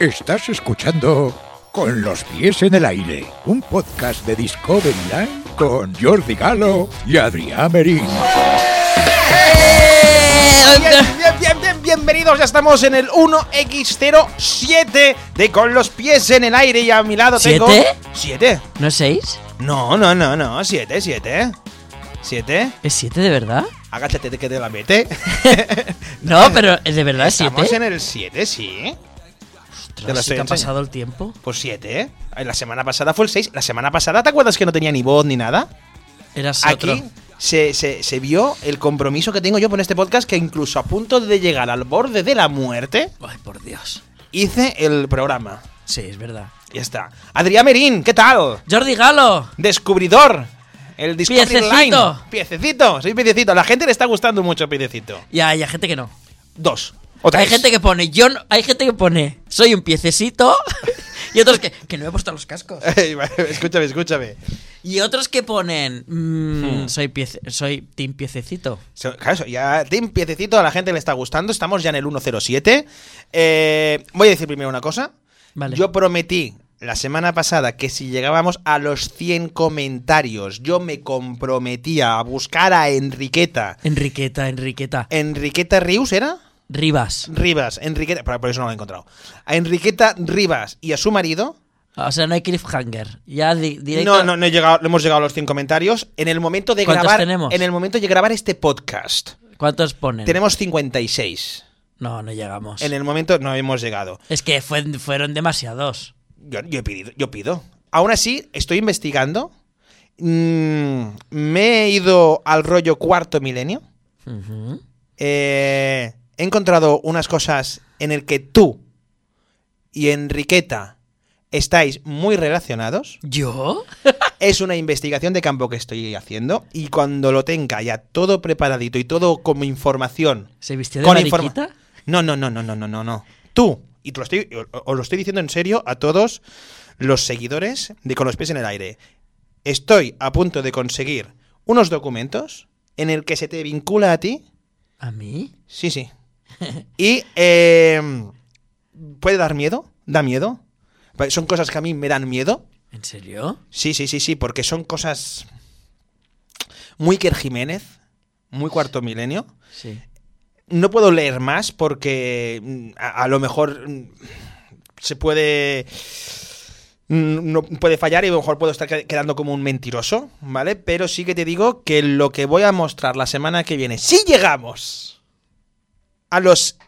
Estás escuchando Con los pies en el aire, un podcast de Discovery Line con Jordi Galo y Adrián Merín. Bien, bien, bien, bien, bienvenidos. Ya estamos en el 1X07 de Con los pies en el aire y a mi lado tengo. ¿Siete? ¿Siete? ¿No es 6? No, no, no, no. Siete, siete. Siete. ¿Es 7 de verdad? Agáchate de que te la mete. No, pero ¿es de verdad Eh, Estamos 7? en el 7, sí. te ¿Te lo estoy ha enseñando. pasado el tiempo? Pues 7. La semana pasada fue el 6. La semana pasada, ¿te acuerdas que no tenía ni voz ni nada? Eras otro. Aquí se, se- se vio el compromiso que tengo yo con este podcast que incluso a punto de llegar al borde de la muerte, Ay, por Dios. hice el programa. Sí, es verdad. Ya está. Adrián Merín, ¿qué tal? ¡Jordi Galo! Descubridor. El Discovery Piececito. Line. Piececito. Soy piececito. La gente le está gustando mucho piececito. Y hay, hay gente que no. Dos. O tres. Hay gente que pone, yo no- hay gente que pone, soy un piececito. y otros que, que no he puesto los cascos. Eh. escúchame, escúchame. Y otros que ponen, Hmm. mm, soy, piece, soy team piececito. So- claro, so- ya Team Piececito a la gente le está gustando. Estamos ya en el 107. Eh, voy a decir primero una cosa. Vale. Yo prometí la semana pasada que si llegábamos a los 100 comentarios, yo me comprometía a buscar a Enriqueta. Enriqueta, Enriqueta. ¿Enriqueta Rius era? Rivas. Rivas, Enriqueta, por, por eso no lo he encontrado. A Enriqueta Rivas y a su marido. O sea, no hay cliffhanger. Ya di- directo. No, no, no he llegado, no hemos llegado a los 100 comentarios. En el momento de ¿Cuántos grabar. tenemos? En el momento de grabar este podcast. ¿Cuántos ponen? Tenemos 56. No, no llegamos. En el momento no hemos llegado. Es que fue- fueron demasiados. Yo, yo he pedido, yo pido. Aún así, estoy investigando. Mm, me he ido al rollo cuarto milenio. Ujú. Eh, he encontrado unas cosas en el que tú y Enriqueta estáis muy relacionados. ¿Yo? Es una investigación de campo que estoy haciendo y cuando lo tenga ya todo preparadito y todo como información. ¿Se vistió de Con mariquita? informa- No, no, no, no, no, no, no, no. Tú, y te lo estoy, o- os lo estoy diciendo en serio a todos los seguidores de Con los pies en el aire. Estoy a punto de conseguir unos documentos en el que se te vincula a ti. ¿A mí? Sí, sí. Y eh, puede dar miedo, da miedo. Pa- Son cosas que a mí me dan miedo. ¿En serio? Sí, sí, sí, sí, porque son cosas muy Ker Jiménez, muy cuarto milenio. Sí. No puedo leer más porque mm, a, a lo mejor mm, se puede. mm, No puede fallar y a lo mejor puedo estar que- quedando como un mentiroso, ¿vale? Pero sí que te digo que lo que voy a mostrar la semana que viene, si llegamos a los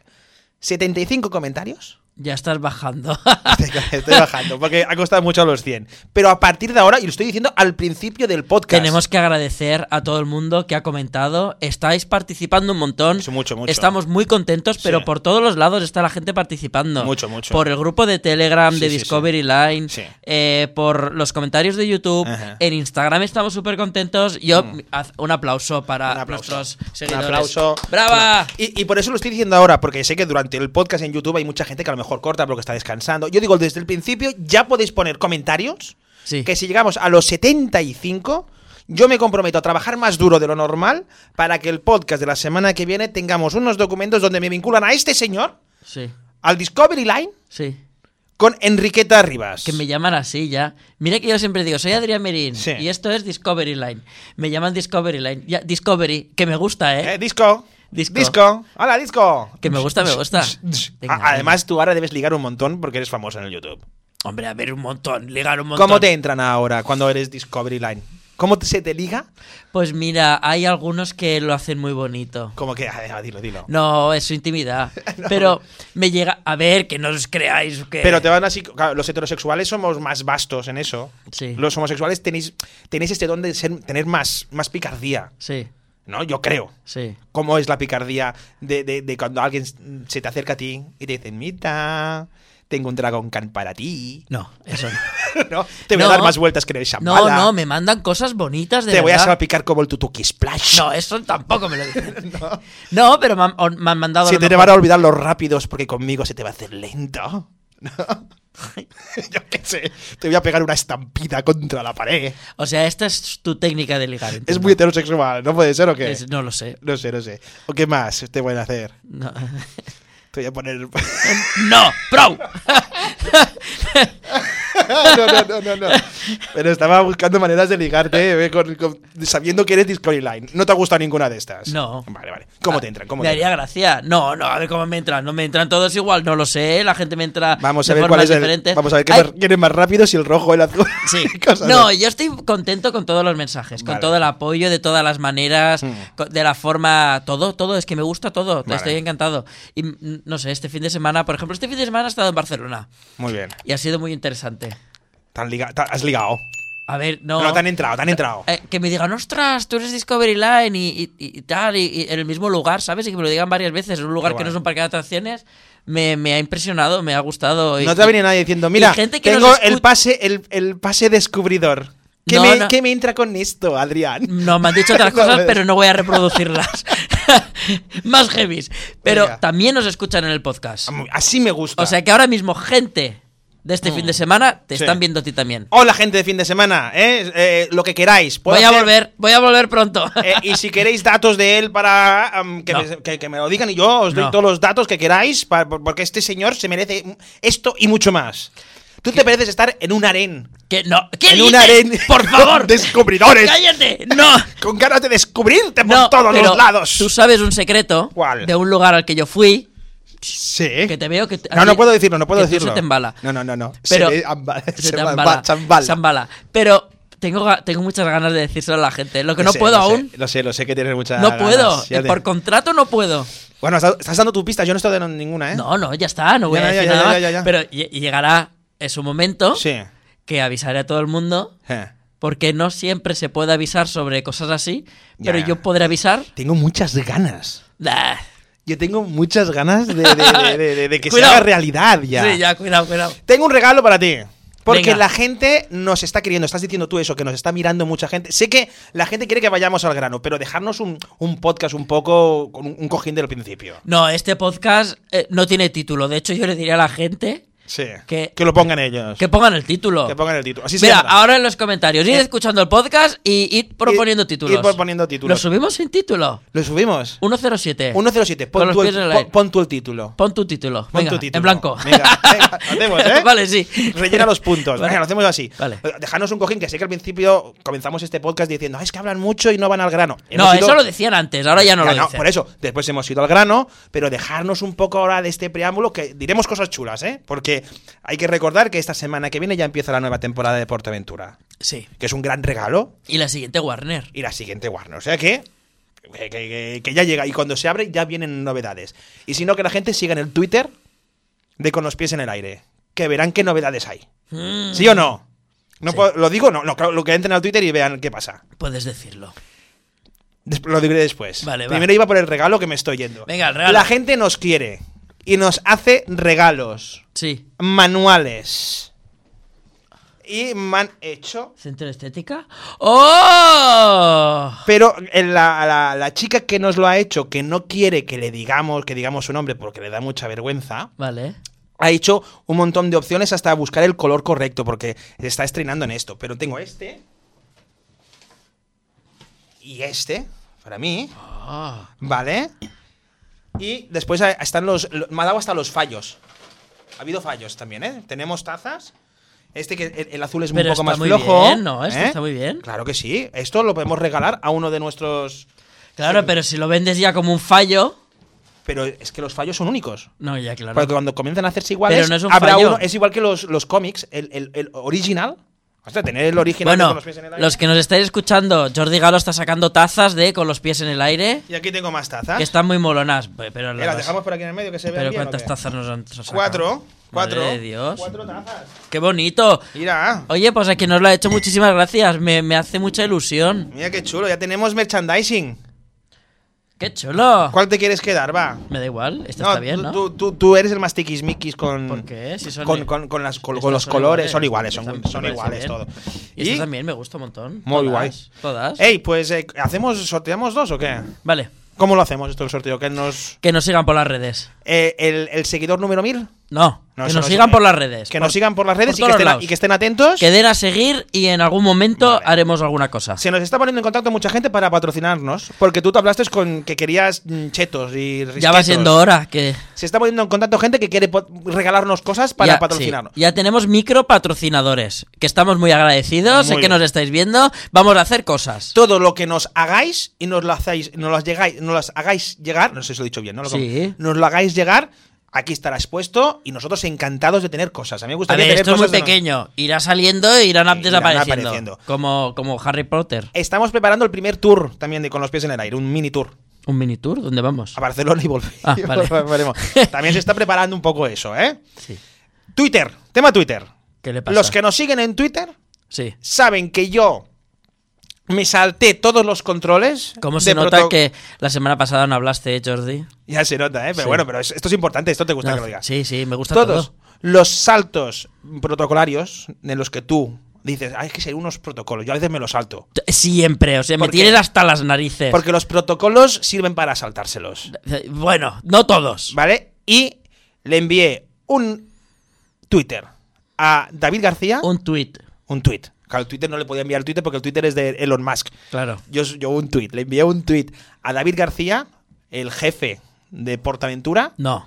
75 comentarios, Ya estás bajando. estoy bajando porque ha costado mucho a los 100. Pero a partir de ahora, y lo estoy diciendo al principio del podcast, Tenemos que agradecer a todo el mundo que ha comentado. Estáis participando un montón. Mucho, mucho, mucho. Estamos muy contentos, pero Sí. por todos los lados está la gente participando. Mucho, mucho. Por el grupo de Telegram, Sí, de sí, sí. Discovery Line, Sí. eh, por los comentarios de YouTube. Ajá. Mm. En Instagram estamos súper contentos. Yo, haz un aplauso para Un aplauso. nuestros Un seguidores. aplauso. ¡Brava! Y, y por eso lo estoy diciendo ahora, porque sé que durante el podcast en YouTube hay mucha gente que a lo mejor corta porque está descansando. Yo digo, desde el principio ya podéis poner comentarios, Sí. que si llegamos a los 75, yo me comprometo a trabajar más duro de lo normal para que el podcast de la semana que viene tengamos unos documentos donde me vinculan a este señor, Sí. al Discovery Line, Sí. con Enriqueta Rivas. Que me llaman así ya. Mira que yo siempre digo, soy Adrián Merín Sí. y esto es Discovery Line. Me llaman Discovery Line. Ya, Discovery, que me gusta, ¿eh? Eh, disco. Disco. Disco. Hola, disco. Que me gusta, me gusta. Venga, A- Ah, Además, tú ahora debes ligar un montón porque eres famosa en el YouTube. venga. Hombre, a ver un montón, ligar un montón. ¿Cómo te entran ahora cuando eres Discovery Line? ¿Cómo te- se te liga? Pues mira, hay algunos que lo hacen muy bonito. Como que, ah, dilo, dilo. No, es su intimidad. Pero me llega... A ver, que no os creáis que... Pero te van así, claro, los heterosexuales somos más vastos en eso. Sí. Los homosexuales tenéis, tenéis este don de ser- tener más, más picardía, Sí, ¿no? Yo creo. sí. ¿Cómo es la picardía de, de- de cuando alguien se te acerca a ti y te dicen, mira, tengo un Dragon Khan para ti? No, eso no. ¿No? Te voy No. a dar más vueltas que en el No, Shambhala. no, me mandan cosas bonitas Te de voy a verdad. salpicar como el Tutuki Splash. No, eso tampoco me lo dicen. no. pero me han, o- me han mandado... a Se lo te mejor- van a olvidar los rápidos porque conmigo se te va a hacer lento. ¿No? Yo qué sé. Te voy a pegar una estampida contra la pared. O sea, esta es tu técnica de ligar. Es entiendo. muy heterosexual, ¿no puede ser o qué? Es- no lo sé. No sé, no sé. ¿O qué más te pueden hacer? No. Te voy a poner. ¡No! ¡Pro! no, no, no, no, no. Pero estaba buscando maneras de ligarte eh, con- con- sabiendo que eres Discovery Line. No te ha gustado ninguna de estas. No. Vale, vale. ¿Cómo te entran? ¿Cómo me te haría gracia. No, no, a ver cómo me entran. No me entran todos igual, no lo sé. La gente me entra entran? Vamos a de ver cuál formas es el- diferentes. Vamos a ver qué Hay- más- quién es más rápido, si el rojo o el azul. Sí. Cosas No, así. yo estoy contento con todos los mensajes, con Vale. Hmm. todo el apoyo, de todas las maneras, co- de la forma, todo, todo, es que me gusta todo, Vale. estoy encantado. Y mm, no sé, este fin de semana, por ejemplo, este fin de semana he estado en Barcelona Muy bien. y ha sido muy interesante. Te han liga- te has ligado. A ver, no... No. te han entrado, te han entrado. eh, que me digan, ostras, tú eres Discovery Line y, y- y tal, y, y en el mismo lugar, ¿sabes? Y que me lo digan varias veces, en un lugar Qué que no guay. es un parque de atracciones, me, me ha impresionado, me ha gustado. y- No te ha venido nadie diciendo, mira, y gente que tengo nos escu- el pase, el, el pase descubridor. ¿Qué, No, me, no. Mm. qué me entra con esto, Adrián? No, me han dicho otras No cosas, puedes. pero no voy a reproducirlas. Más heavies. Pero Venga. Ah, también nos escuchan en el podcast. Así me gusta. O sea que ahora mismo, gente de este fin de semana, te Mm. Sí. están viendo a ti también. Hola, gente de fin de semana, ¿eh? Eh, lo que queráis. Puedo Voy a hacer- volver, voy a volver pronto. Eh, y si queréis datos de él para am, que, No. me, que- que me lo digan y yo os doy No. todos los datos que queráis pa- por- porque este señor se merece esto y mucho más. Tú te mereces estar en un harén. que no. ¿Qué en dices? un harén. Por favor. con Descubridores. Cállate. No. Con ganas de descubrirte por No, todos pero los lados. Tú sabes un secreto ¿Cuál? de un lugar al que yo fui. Sí. Que te veo que. te- No, no puedo decirlo, no puedo que tú decirlo. Se te embala. No, no, no, no. Pero- se, le amba- Se se te amba- embala. se embala. Se embala. Pero tengo, ga- tengo muchas ganas de decírselo a la gente. Lo que Lo no sé, puedo lo sé, aún. lo sé, lo sé que tienes muchas No ganas, puedo. Eh, ya te- Por contrato no puedo. Bueno, estás, estás dando tu pista, yo no estoy dando ninguna, ¿eh? No, no, ya está. No voy a Ya, ya, decir ya, nada ya, más, ya, ya. Pero lle- llegará en su momento Sí. que avisaré a todo el mundo. Eh. Porque no siempre se puede avisar sobre cosas así. Ya. Pero yo podré avisar. Tengo muchas ganas. Nah. Yo tengo muchas ganas de, de- de- de- de- de que Cuidado. se haga realidad ya. Sí, ya, cuidado, cuidado. Tengo un regalo para ti. Porque Venga. la gente nos está queriendo, estás diciendo tú eso, que nos está mirando mucha gente. Sé que la gente quiere que vayamos al grano, pero dejarnos un, un podcast un poco, con un, un cojín del principio. No, este podcast eh, no tiene título. De hecho, yo le diría a la gente Sí. Que- Que, lo pongan ellos. Que, que pongan el título. pongan el título. Así se Mira, llama. ahora en los comentarios, id escuchando el podcast y id proponiendo Ir- títulos. ir Eh, proponiendo títulos. Lo subimos sin título. Lo subimos. 107. 107. Con Pon los tú, pies en el, el pon, aire. pon tú el título. Pon tu título. Pon Venga, tu título. en blanco. Venga, venga, lo hacemos, ¿eh? Vale, sí. Rellena los puntos. Venga, lo hacemos así. Eh, Vale. Dejarnos un cojín, que sé que al principio comenzamos este podcast diciendo, "Ay, es que hablan mucho y no van al grano. No, Hemos ido- eso lo decían antes, ahora ya no Ya lo no, dicen. Por eso, después hemos ido al grano, pero dejarnos un poco ahora de este preámbulo, que diremos cosas chulas, ¿eh? Porque hay que recordar que esta semana que viene ya empieza la nueva temporada de Portaventura, Sí. que es un gran regalo, Y la siguiente, Warner. y la siguiente Warner. O sea que... Que, que- que- que ya llega y cuando se abre ya vienen novedades. Y si no, que la gente siga en el Twitter de Con los pies en el aire, que verán qué novedades hay. Mm, ¿Sí o no? no Sí. puedo- ¿Lo digo? No, no, claro, lo que entren al Twitter y vean qué pasa. puedes decirlo. Des- lo diré después. Vale, va. Primero iba por el regalo que me estoy yendo. Venga, el regalo. La gente nos quiere y nos hace regalos, Sí. manuales. Y me han hecho... ¿Centro de estética? ¡Oh! Pero en la, la- la chica que nos lo ha hecho, que no quiere que le digamos, que digamos su nombre porque le da mucha vergüenza, Vale. ha hecho un montón de opciones hasta buscar el color correcto, porque se está estrenando en esto. Pero tengo este. Y este, para mí. Oh. Ah, ¿Vale? Y después a- están los. lo- Me ha dado hasta los fallos. Ha habido fallos también, ¿eh? Tenemos tazas. Este que el, el azul es Pero un está poco más muy flojo. bien, ¿no? Esto ¿eh? está muy bien. Claro que sí. Esto lo podemos regalar a uno de nuestros. Claro, pero si lo vendes ya como un fallo. Pero es que los fallos son únicos. No, ya, claro. Porque cuando comienzan a hacerse iguales, Pero no es un habrá fallo. uno. Es igual que los, los cómics, el, el- el original. Hasta tener el original con Bueno, los pies en el aire. los que nos estáis escuchando, Jordi Galo está sacando tazas de con los pies en el aire, Y aquí tengo más tazas. que están muy molonas. pe- Pero, Eh, las- las dejamos por aquí en el medio que se vean pero bien, ¿o ¿cuántas qué? tazas nos han nos han sacado? Cuatro. Cuatro. Madre de Dios. Cuatro tazas. ¡Qué bonito! Mira. Oye, pues a quien nos lo ha hecho, muchísimas gracias. Me, me hace mucha ilusión. Mira qué chulo, ya tenemos merchandising. ¡Qué chulo! ¿Cuál te quieres quedar, va? Me da igual, esta No, Ah. está bien, tú- ¿no? Tú, tú- tú eres el más tiquismiquis con. ¿Por qué? Si son con, i- con- con las- con- con Estas los son colores, son iguales, iguales, son, están- son me parece iguales bien. todo. Y, esta también me gusta un montón. Muy Todas, guay. Todas. Ey, pues, eh, ¿hacemos, sorteamos dos o qué? Vale, ¿Cómo lo hacemos esto el sorteo? ¿Que nos. que nos sigan por las redes. eh, el, el seguidor número 1000? No, que nos eso no sigan se- por las redes. Que Por- nos sigan por las redes y que, todos estén, a- lados. y que estén atentos. Que den a seguir y en algún momento Vale. haremos alguna cosa. Se nos está poniendo en contacto mucha gente para patrocinarnos, porque tú te hablaste con que querías mm, chetos y ya va risquetos. siendo hora que. Se está poniendo en contacto gente que quiere po- regalarnos cosas para ya, patrocinarnos. sí, ya tenemos micro patrocinadores. Que estamos muy agradecidos. sé Muy que bien. nos estáis viendo. Vamos a hacer cosas. Todo lo que nos hagáis y nos lo hacéis, nos las llegáis, nos las hagáis llegar, no sé si lo he dicho bien, ¿no? Lo que- Sí. Nos lo hagáis llegar, aquí estará expuesto y nosotros encantados de tener cosas. A mí me A gustaría ver, tener esto es muy cosas de nos- pequeño. Irá saliendo e irán Irán desapareciendo. apareciendo. Como, como Harry Potter. Estamos preparando el primer tour también de con los pies en el aire, un mini tour ¿Un mini tour? ¿Dónde vamos? a Barcelona y volver. Ah, vale. Volveremos. también se está preparando un poco eso, ¿eh? Sí. Twitter, tema Twitter. ¿Qué le pasa? Los que nos siguen en Twitter Sí. saben que yo me salté todos los controles. ¿Cómo de se nota proto- que la semana pasada no hablaste, eh, Jordi? Ya se nota, ¿eh? Pero Sí. bueno, pero es- esto es importante, esto te gusta No, que lo digas. Sí, sí, me gusta todos todo. los saltos protocolarios en los que tú dices, "Ah, es que hay unos protocolos, yo a veces me los salto. T- Siempre, o sea, me ¿Por qué? tienes hasta las narices. Porque los protocolos sirven para saltárselos, Eh, Bueno, no todos. ¿vale? Y le envié un Twitter a David García, un, Un tuit, tweet. Claro, el Twitter no le podía enviar el Twitter porque el Twitter es de Elon Musk. claro. Yo, yo un tweet, le envié un tweet a David García, el jefe de Portaventura, No.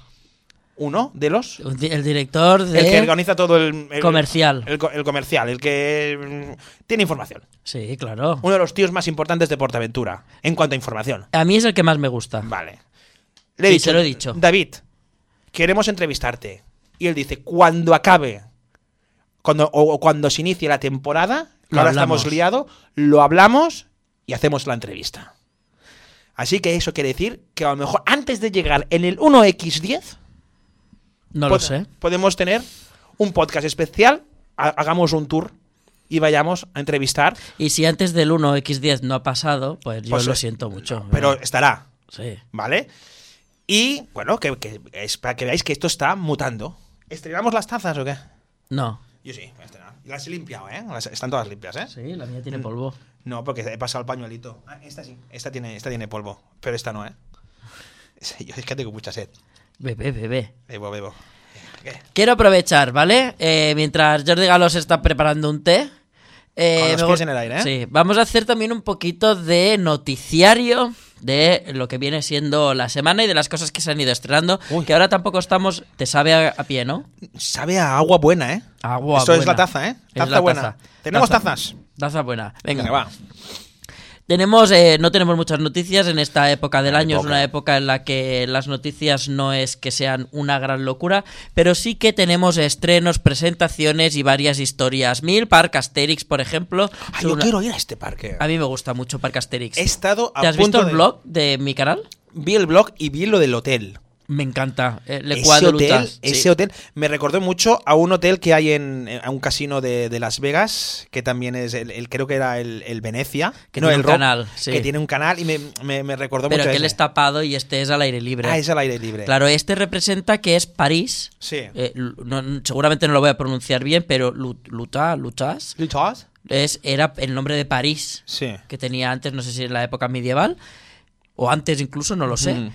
uno de los. Un di- El director de... El que organiza todo el. el- Comercial. El, co- el comercial, el que. mm, Tiene información. Sí, claro. Uno de los tíos más importantes de Portaventura en cuanto a información. A mí es el que más me gusta. Vale. Le Y se lo he dicho. David, queremos entrevistarte. Y él dice, cuando acabe, cuando, o, o cuando se inicie la temporada, que Lo ahora hablamos. estamos liados, lo hablamos y hacemos la entrevista. Así que eso quiere decir que a lo mejor antes de llegar en el 1X10, No lo pod- sé. podemos tener un podcast especial, ha- hagamos un tour y vayamos a entrevistar, Y si antes del 1X10 no ha pasado, pues yo Pues lo es- siento mucho. Eh, pero estará. Sí. ¿Vale? Y bueno, que, que es para que veáis que esto está mutando. ¿Estrenamos las tazas o qué? No. Yo sí, voy a estrenar. Las he limpiado, ¿eh? Las- están todas limpias, ¿eh? Sí, la mía tiene polvo. No, porque he pasado el pañuelito. Ah, esta sí, esta tiene, esta tiene polvo, pero esta no, ¿eh? Sí, Yo es que tengo mucha sed. Bebé, bebé. Bebo, bebo. ¿Qué? Quiero aprovechar, ¿vale? Eh, mientras Jordi Galo se está preparando un té. eh, Con los me pies gu- en el aire, ¿eh? Sí, vamos a hacer también un poquito de noticiario de lo que viene siendo la semana y de las cosas que se han ido estrenando. Uy. Que ahora tampoco estamos. Te sabe a, a pie, ¿no? Sabe a agua buena, ¿eh? Agua. Esto es Ah, buena. la taza, ¿eh? Es Taza la buena. taza. Tenemos Taza- tazas. Taza buena. Venga, Venga, va. Tenemos, eh, no tenemos muchas noticias en esta época del Ah, año. poca. Es una época en la que las noticias no es que sean una gran locura, pero sí que tenemos estrenos, presentaciones y varias historias. Mil Park Asterix, por ejemplo. Ah, es yo una- quiero ir a este parque. A mí me gusta mucho Park Asterix. He estado a ¿Te has punto visto el de- blog de mi canal? Vi el blog y vi lo del hotel. Me encanta. Eh, Le ese Cuadre hotel, Lutas, sí. ese hotel me recordó mucho a un hotel que hay en, en- a un casino de, de Las Vegas, que también es el, el- creo que era el, el Venecia, Que no, tiene el un Rock, canal, sí. que tiene un canal y me, me- me recordó Pero mucho. a aquel ese. es tapado y este es al aire libre. Ah, es al aire libre. Claro, este representa que es París. Sí. Eh, lu- no- no- seguramente no lo voy a pronunciar bien, pero lu- Luta, Lutas. ¿Luchas? es, era el nombre de París Sí. que tenía antes, no sé si en la época medieval o antes incluso, no lo sé. Ujú.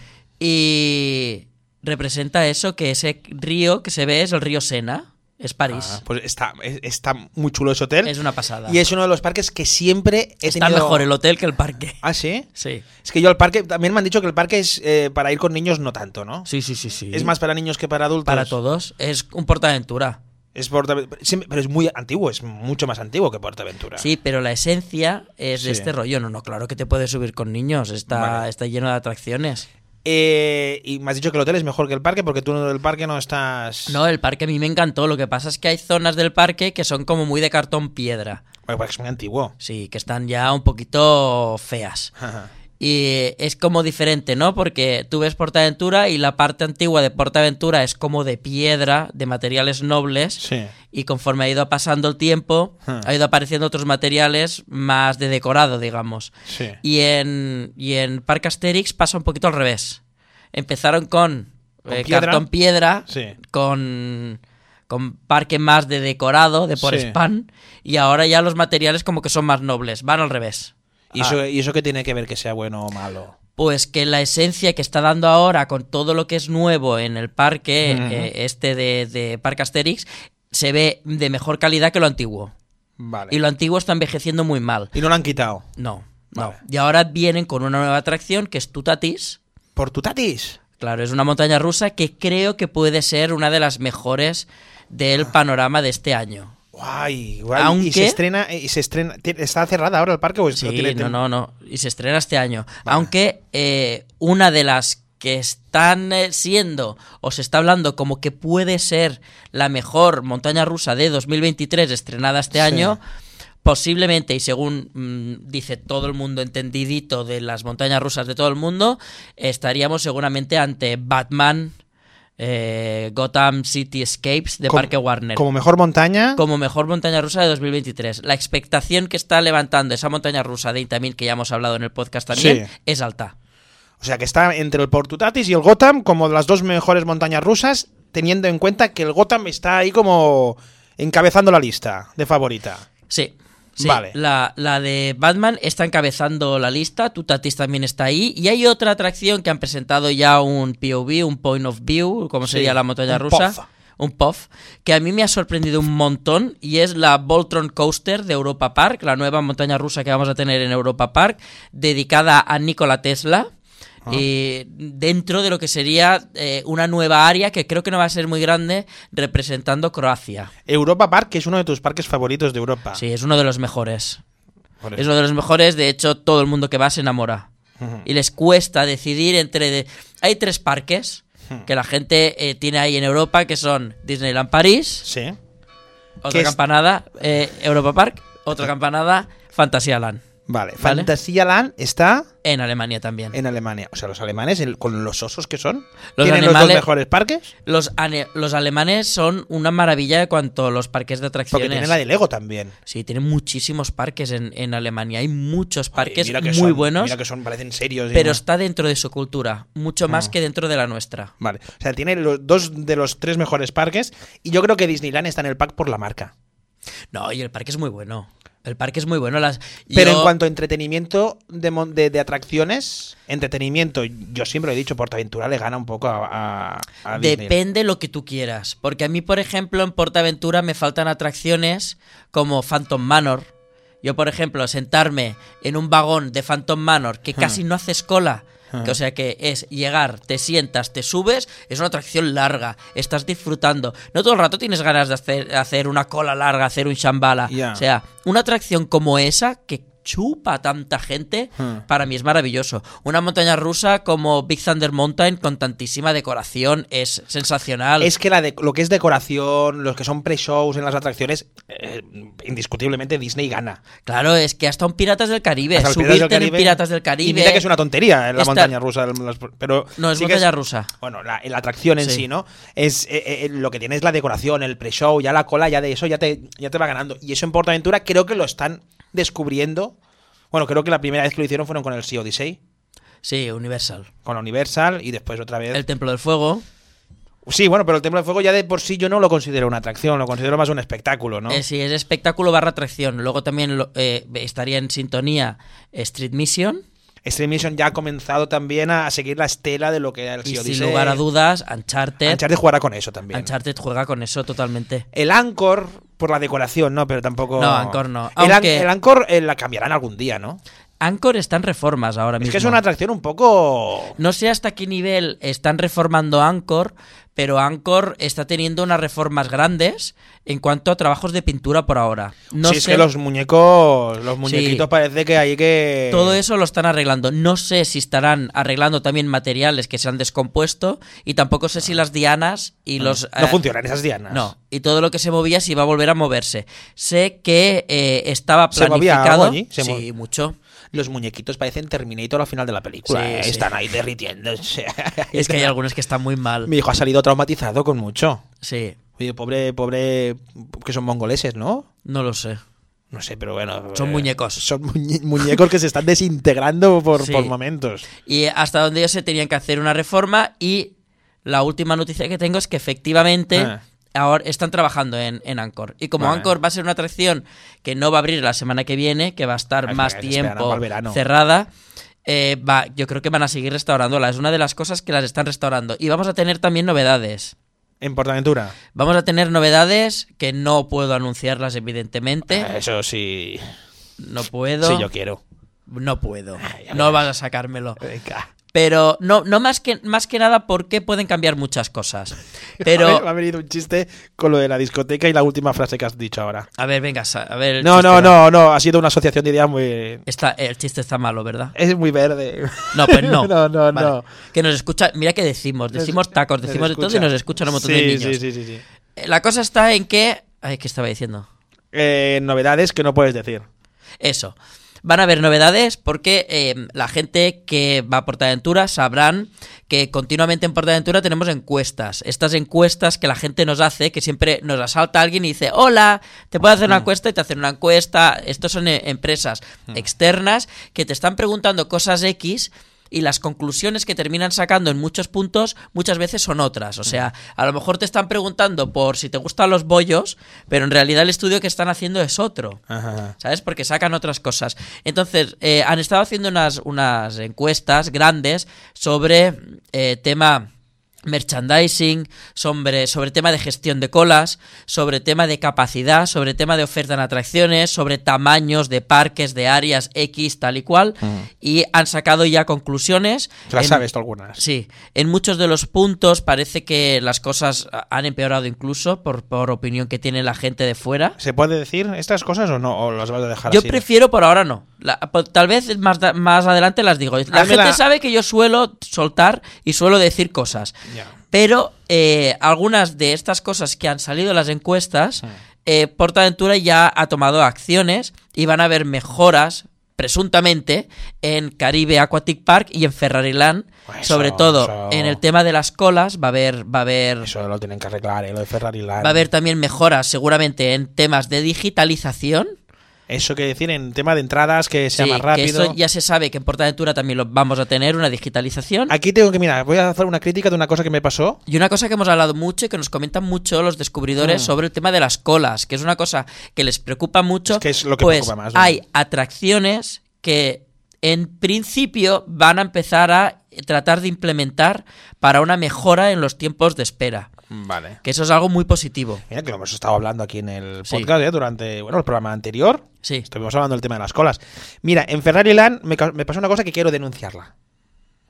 Y representa eso, que ese río que se ve es el río Sena, es Ah, París. pues está, es- está muy chulo ese hotel. es una pasada. y es uno de los parques que siempre he Está tenido- mejor el hotel que el parque. Ah, sí. Sí. Es que yo al parque también me han dicho que el parque es eh, para ir con niños no tanto, ¿no? Sí, sí, sí, sí. Es más para niños que para adultos. para todos. Es un portaventura. Es Porta- siempre- pero es muy antiguo, es mucho más antiguo que Portaventura. Sí, pero la esencia es Sí. de este rollo. No, no, claro que te puedes subir con niños. Está, Vale. está lleno de atracciones. Eh, y me has dicho que el hotel es mejor que el parque porque tú en el parque no estás. No, el parque a mí me encantó. Lo que pasa es que hay zonas del parque que son como muy de cartón piedra. Bueno, porque es muy antiguo. Sí, que están ya un poquito feas. Ajá. Y es como diferente, ¿no? Porque tú ves Portaventura y la parte antigua de Portaventura es como de piedra, de materiales nobles. Sí. Y conforme ha ido pasando el tiempo, Hmm. ha ido apareciendo otros materiales más de decorado, digamos. Sí. Y en, y en Parque Asterix pasa un poquito al revés. Empezaron con, Con eh, piedra. cartón piedra, Sí. con, con parque más de decorado, de por Sí. spam, y ahora ya los materiales como que son más nobles, van al revés. ¿Y, Ah, eso, ¿Y eso qué tiene que ver que sea bueno o malo? pues que la esencia que está dando ahora con todo lo que es nuevo en el parque Ujú. eh, este de, de Parque Asterix se ve de mejor calidad que lo antiguo. Vale. Y lo antiguo está envejeciendo muy mal. Y no lo han quitado. No, no. Vale. Y ahora vienen con una nueva atracción que es Tutatis. Por Tutatis. Claro, es una montaña rusa que creo que puede ser una de las mejores del panorama de este año. Guay, guay. Aunque- Y se estrena, eh, y se estrena. ti- ¿Está cerrada ahora el parque o es- lo pues, tiene- Sí, no, no, no. Y se estrena este año. Aunque eh, una de las que están eh, siendo o se está hablando como que puede ser la mejor montaña rusa de 2023 estrenada este año, posiblemente y según mm, dice todo el mundo entendidito de las montañas rusas de todo el mundo, estaríamos seguramente ante Batman, eh, Gotham City Escapes de Como- Parque Warner Como mejor montaña. como mejor montaña rusa de 2023. La expectación que está levantando esa montaña rusa de Intamin, que ya hemos hablado en el podcast también, Sí. es alta. O sea, que está entre el Portutatis y el Gotham como las dos mejores montañas rusas, teniendo en cuenta que el Gotham está ahí como encabezando la lista de favorita. Sí. sí. Vale. La, la de Batman está encabezando la lista, Tutatis también está ahí, y hay otra atracción que han presentado ya un POV, un Point of View, como Sí, sería la montaña un rusa. puff. Un puff, que a mí me ha sorprendido un montón, y es la Voltron Coaster de Europa Park, la nueva montaña rusa que vamos a tener en Europa Park, dedicada a Nikola Tesla. eh, dentro de lo que sería eh, una nueva área que creo que no va a ser muy grande representando Croacia. Europa Park, que es uno de tus parques favoritos de Europa. Sí, es uno de los mejores. Por Es eso. uno de los mejores, de hecho, todo el mundo que va se enamora. Y les cuesta decidir entre... de- Hay tres parques que la gente eh, tiene ahí en Europa, que son Disneyland París, Sí. otra es- campanada, eh, Europa Park, otra campanada, Fantasialand, Vale. Vale. Fantasyland está en Alemania también. en Alemania. O sea, los alemanes, el- con los osos que son, Los tienen los dos animales- mejores parques. Los, ane- los alemanes son una maravilla de cuanto a los parques de Porque atracciones. tienen la de Lego también. Sí, tienen muchísimos parques en, en Alemania, hay muchos parques Mira que muy son- buenos, Mira que son, parecen serios. y pero no. está dentro de su cultura, mucho más Ah. que dentro de la nuestra. Vale. O sea, tiene los dos de los tres mejores parques. Y yo creo que Disneyland está en el pack por la marca. No, y el parque es muy bueno. El parque es muy bueno. Las... Pero yo- en cuanto a entretenimiento de, mon- de- de atracciones, entretenimiento, yo siempre lo he dicho, Portaventura le gana un poco a, a- a Disney. Depende lo que tú quieras. Porque a mí, por ejemplo, en Portaventura me faltan atracciones como Phantom Manor. Yo, por ejemplo, sentarme en un vagón de Phantom Manor Hmm. que casi no haces cola. que, o sea que es llegar, te sientas, te subes, es una atracción larga, estás disfrutando. No todo el rato tienes ganas de hacer, hacer una cola larga, hacer un shambhala. Ya. O sea, una atracción como esa que chupa a tanta gente, Hmm. para mí es maravilloso. Una montaña rusa como Big Thunder Mountain con tantísima decoración es sensacional. Es que la de, lo que es decoración, los que son pre-shows en las atracciones, eh, indiscutiblemente Disney gana. Claro, es que hasta un Piratas del Caribe, Hasta el Eh, subirte Piratas del en un Caribe- Piratas del Y Caribe. mira que es una tontería en la Esta- montaña rusa. el- las- pero No, es sí que montaña rusa. Bueno, la, la atracción en sí, Sí. ¿no? Es eh, eh, lo que tiene es la decoración, el pre-show, ya la cola, ya de eso ya te, ya te va ganando. Y eso en Portaventura creo que lo están descubriendo. Bueno, creo que la primera vez que lo hicieron fueron con el Sea Odyssey, Sí, Universal. con la Universal y después otra vez. El Templo del Fuego. Sí, bueno, pero el Templo de Fuego ya de por sí yo no lo considero una atracción, lo considero más un espectáculo, ¿no? Eh, sí, es espectáculo barra atracción. Luego también lo- eh, estaría en sintonía eh, Street Mission. Stream Mission ya ha comenzado también a, a seguir la estela de lo que era el Y Sea Odyssey. sin lugar a dudas, Uncharted. Uncharted jugará con eso también. Uncharted juega con eso totalmente. El Anchor por la decoración, ¿no? Pero tampoco... No, Anchor no. El, An- Aunque- el Anchor eh, la cambiarán algún día, ¿no? Anchor está en reformas ahora mismo. Es que es una atracción un poco. No sé hasta qué nivel están reformando Anchor, pero Anchor está teniendo unas reformas grandes en cuanto a trabajos de pintura por ahora. No si es sé, que los muñecos, los muñequitos parece que hay que. todo eso lo están arreglando. No sé si estarán arreglando también materiales que se han descompuesto y tampoco sé si las dianas y los... Ah. Mm. No eh, funcionan esas dianas. No, y todo lo que se movía se iba a volver a moverse. Sé que eh, estaba ¿Se movía algo planificado. allí? Se sí, mucho. Los muñequitos parecen Terminator al final de la película. Sí, ¿eh? sí. Están ahí derritiéndose. Es que hay algunos que están muy mal. Mi hijo ha salido traumatizado con mucho. Sí, Oye, pobre, pobre. que son mongoleses, ¿no? no lo sé. No sé, pero bueno. Son eh, muñecos. Son muñe- muñecos que se están desintegrando por, Sí. por momentos. Y hasta donde ellos se tenían que hacer una reforma y la última noticia que tengo es que efectivamente Ah. ahora están trabajando en, en Anchor. Y como Vale. Anchor va a ser una atracción que no va a abrir la semana que viene, que va a estar Al más final, esperan tiempo al verano. cerrada, eh, va, yo creo que van a seguir restaurándola. Es una de las cosas que las están restaurando. Y vamos a tener también novedades. En Portaventura. Vamos a tener novedades que no puedo anunciarlas, evidentemente. Eso sí. No puedo. Eh. Sí, yo quiero. No puedo. ya No vas a sacármelo. Venga. Pero no, no más que más que nada porque pueden cambiar muchas cosas. Me ha Pero venido un chiste con lo de la discoteca y la última frase que has dicho ahora. a ver, venga, sa- a ver. el No, chiste no, va. no, no. Ha sido una asociación de ideas muy. Está, el chiste está malo, ¿verdad? Es muy verde. No, pues no. no, no, Vale. no. Que nos escucha, mira que decimos, decimos tacos, decimos de todo y nos escuchan un montón sí, de niños. Sí, sí, sí. sí. Eh, La cosa está en que. Ay, ¿qué estaba diciendo? Eh, novedades que no puedes decir. Eso. Van a haber novedades porque eh, la gente que va a Portaventura sabrán que continuamente en Portaventura tenemos encuestas. Estas encuestas que la gente nos hace, que siempre nos asalta alguien y dice, hola, te puedo hacer una encuesta y te hacen una encuesta. Estos son eh, empresas externas que te están preguntando cosas X y las conclusiones que terminan sacando en muchos puntos muchas veces son otras. O sea, a lo mejor te están preguntando por si te gustan los bollos, pero en realidad el estudio que están haciendo es otro. Ajá. ¿Sabes? Porque sacan otras cosas. Entonces, eh, han estado haciendo unas, unas encuestas grandes sobre eh, tema merchandising, sobre, sobre tema de gestión de colas, sobre tema de capacidad, sobre tema de oferta en atracciones, sobre tamaños de parques, de áreas X, tal y cual. Y han sacado ya conclusiones. Mm. Te las en- sabes tú algunas. Sí, en muchos de los puntos parece que las cosas ah, han empeorado incluso por, por opinión que tiene la gente de fuera. ¿Se puede decir estas cosas o no? ¿O las vas a dejar Yo así? prefiero por ahora no. La- po- tal vez más, da- más adelante las digo. La Hazme gente la- sabe que yo suelo soltar y suelo decir cosas. Ya. Pero eh, algunas de estas cosas que han salido en las encuestas, eh, Portaventura ya ha tomado acciones y van a haber mejoras, presuntamente, en Caribe Aquatic Park y en Ferrariland. Pues sobre eso, todo eso. en el tema de las colas va a haber, va a haber Eso lo tienen que arreglar, ¿eh? lo de Ferrari Land. va a haber también mejoras seguramente en temas de digitalización Eso que decir en tema de entradas que sea Sí, más que rápido. eso ya se sabe que en Portaventura también lo vamos a tener, una digitalización. Aquí tengo que mirar, voy a hacer una crítica de una cosa que me pasó. Y una cosa que hemos hablado mucho y que nos comentan mucho los Ah. descubridores sobre el tema de las colas, que es una cosa que les preocupa mucho. Es que es lo que pues preocupa más, ¿no? Hay atracciones que en principio van a empezar a tratar de implementar para una mejora en los tiempos de espera. Vale. Que eso es algo muy positivo. Mira que lo hemos estado hablando aquí en el Sí. podcast ¿eh? durante bueno, el programa anterior. Sí. Estuvimos hablando del tema de las colas. Mira, en Ferrari Land me, ca- me pasó una cosa que quiero denunciarla.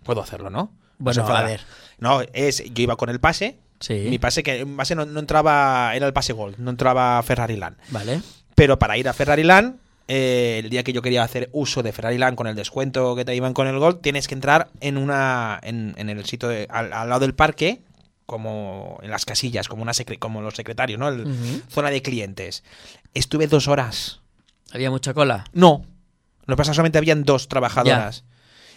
Puedo hacerlo, ¿no? Bueno, Se enfada. a ver. No, es yo iba con el pase. Sí. Mi pase que mi pase no, no entraba, era el pase Gold, no entraba Ferrari Land. ¿Vale? Pero para ir a Ferrari Land, eh, el día que yo quería hacer uso de Ferrari Land con el descuento que te iban con el Gold, tienes que entrar en una en, en el sitio de- al, al lado del parque, como en las casillas, como una secre- como los secretarios, ¿no? El- Ujú. Zona de clientes. Estuve dos horas. Había mucha cola. No. Lo que pasa es que solamente habían dos trabajadoras.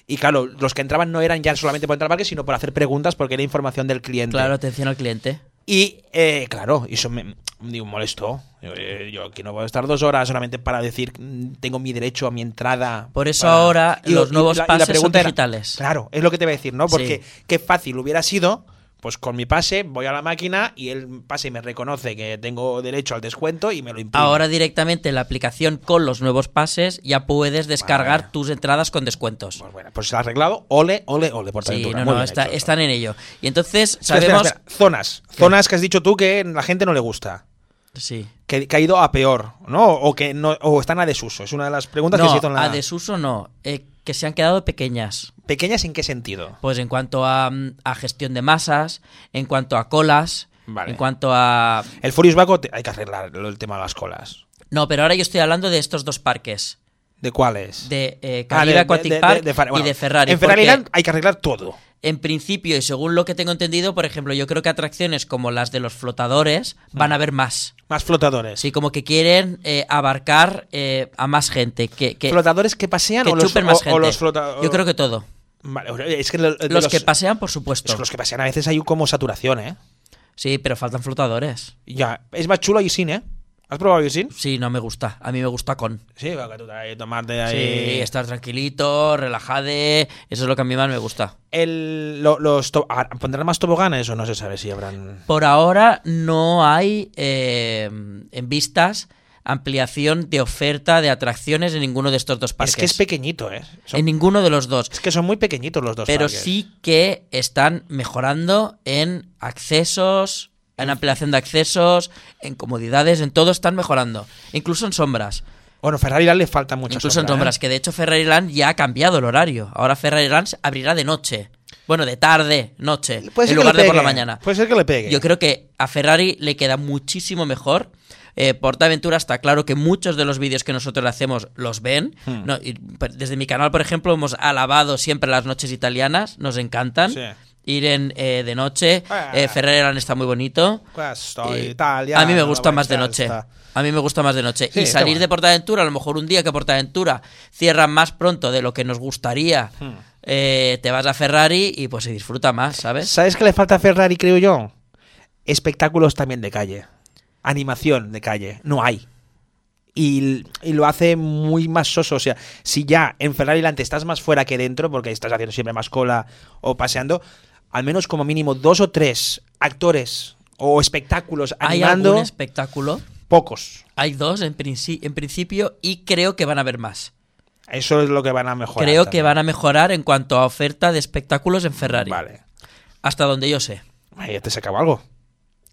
Y claro, los que entraban no eran ya solamente por entrar al parque, sino por hacer preguntas porque era información del cliente. Claro, atención al cliente. Y eh, claro, eso me digo, molestó. Yo, eh, yo aquí no voy a estar dos horas solamente para decir mm, tengo mi derecho a mi entrada. Por eso para- ahora los nuevos pases son pregunta era- digitales. claro, es lo que te voy a decir, ¿no? Sí. Porque qué fácil hubiera sido. Pues con mi pase voy a la máquina y el pase me reconoce que tengo derecho al descuento y me lo imprime. Ahora directamente en la aplicación con los nuevos pases ya puedes descargar Vale. tus entradas con descuentos. Pues bueno, pues se ha arreglado. Ole, ole, ole, por Sí, Portaventura. no, Muy no, bien está- hecho eso. están en ello. Y entonces Espera, espera, sabemos... espera. Zonas. Zonas que has dicho tú que la gente no le gusta. Sí. Que, que ha ido a peor, ¿no? O que no, o están a desuso. Es una de las preguntas que se No, hizo en la. a desuso no, eh, que se han quedado pequeñas. ¿Pequeñas en qué sentido? Pues en cuanto a, mm, a gestión de masas, en cuanto a colas, Vale. en cuanto a... El Furious Baco te- hay que arreglar lo- el tema de las colas. No, pero ahora yo estoy hablando de estos dos parques, ¿De cuáles? de eh, Ah, de- Caribe de- Aquatic de- de- Park de Fer- bueno, y de Ferrari. En Ferrari porque- Land hay que arreglar todo. En principio, y según lo que tengo entendido, por ejemplo, yo creo que atracciones como las de los flotadores van a haber más. Más flotadores. Sí, como que quieren eh, abarcar eh, a más gente. Que, que, ¿Flotadores que pasean que o los, chupen o- más o gente. los flota- Yo creo que todo. Vale, o sea, es que lo- de Los, que los- pasean, por es supuesto. que los que pasean a veces hay como saturación, ¿eh? Sí, pero faltan flotadores. Ya, es más chulo sin ¿eh? ¿Has probado Yusin? Sí, no me gusta. A mí me gusta con. Sí, va, que tú ahí, tomarte Sí, ahí. estar tranquilito, relajade. Eso es lo que a mí más me gusta. El, lo- los to- ah, ¿Pondrán más toboganes o no se sabe si habrán...? Por ahora no hay eh, en vistas ampliación de oferta de atracciones en ninguno de estos dos parques. Es que es pequeñito, ¿eh? Son- en ninguno de los dos. Es que son muy pequeñitos los dos. Pero parques. sí que están mejorando en accesos, Mm. en ampliación de accesos, en comodidades, en todo están mejorando. Incluso en sombras. Bueno, Ferrari Land le falta mucho. incluso en sombra, sombras, ¿eh? que de hecho Ferrariland ya ha cambiado el horario. Ahora Ferrariland abrirá de noche. Bueno, de tarde, noche, ¿eh? Puede en ser que lugar le de por la pegue, mañana. Puede ser que le pegue. Yo creo que a Ferrari le queda muchísimo mejor. Eh, Portaventura está claro que muchos de los vídeos que nosotros le hacemos los ven. Hmm. No, y, per- desde mi canal, por ejemplo, hemos alabado siempre las noches italianas, nos encantan. Sí. Ir en, eh, de noche, Ah. eh, Ferrari Land está muy bonito. Pues, Questo, Eh, Italia, a mí me gusta la más de buena noche. salsa. A mí me gusta más de noche. Sí, y está salir bueno. de Portaventura, a lo mejor un día que Portaventura cierra más pronto de lo que nos gustaría, Hmm. eh, te vas a Ferrari y pues se disfruta más, ¿sabes? ¿Sabes qué le falta a Ferrari, creo yo? Espectáculos también de calle. Animación de calle. No hay. Y, y lo hace muy más soso. O sea, si ya en Ferrari Land estás más fuera que dentro, porque estás haciendo siempre más cola o paseando, al menos como mínimo dos o tres actores o espectáculos Hay animando, algún espectáculo. pocos. Hay dos en, princi- en principio y creo que van a haber más. Eso es lo que van a mejorar. creo que van a mejorar en cuanto a oferta de espectáculos en Ferrari. Vale. Hasta donde yo sé. Ay, Ya te sacaba algo.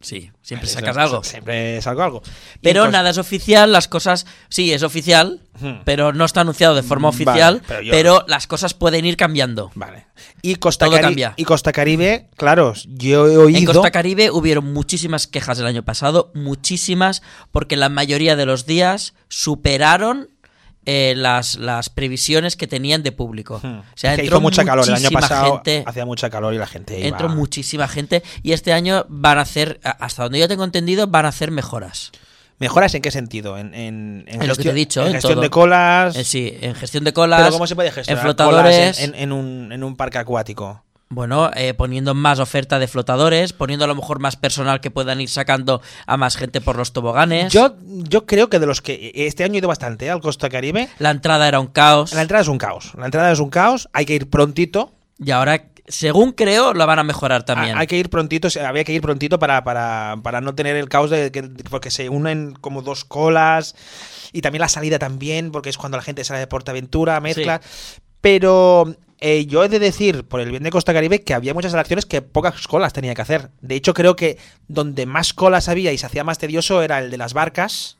Sí, siempre Eso- sacas algo. Siempre saco algo. Pero Entonces- nada es oficial, las cosas... Sí, es oficial, Hmm. pero no está anunciado de forma Vale, oficial, pero pero, yo- las cosas pueden ir cambiando. Vale. Y Costa, Todo Cari- cambia. y Costa Caribe, claro, yo he oído. En Costa Caribe hubieron muchísimas quejas el año pasado, muchísimas, porque la mayoría de los días superaron eh, las, las previsiones que tenían de público. Hmm. O sea, Es que entró hizo mucha calor el año muchísima pasado. gente. Hacía mucha calor y la gente iba. Entró muchísima gente y este año van a hacer, a- hasta donde yo tengo entendido, van a hacer mejoras. ¿Mejoras en qué sentido? En, en, En lo que te he dicho, en en gestión todo. de colas. Eh, sí, en gestión de colas, Pues Pero ¿cómo se puede gestionar? en colas flotadores, en, en un, en un parque acuático. bueno, eh, poniendo más oferta de flotadores, poniendo a lo mejor más personal que puedan ir sacando a más gente por los toboganes. Yo, yo creo que de los que. Este año he ido bastante ¿eh? al Costa Caribe. La entrada era un caos. La entrada es un caos. La entrada es un caos. Hay que ir prontito. Y ahora, según creo, la van a mejorar también. A- Ah, Hay que ir prontito, se- había que ir prontito para, para, para no tener el caos de que, porque se unen como dos colas y también la salida también, porque es cuando la gente sale de Portaventura, mezcla. Pero eh, yo he de decir, por el bien de Costa Caribe, que había muchas atracciones que pocas colas tenía que hacer. De hecho, creo que donde más colas había y se hacía más tedioso era el de las barcas.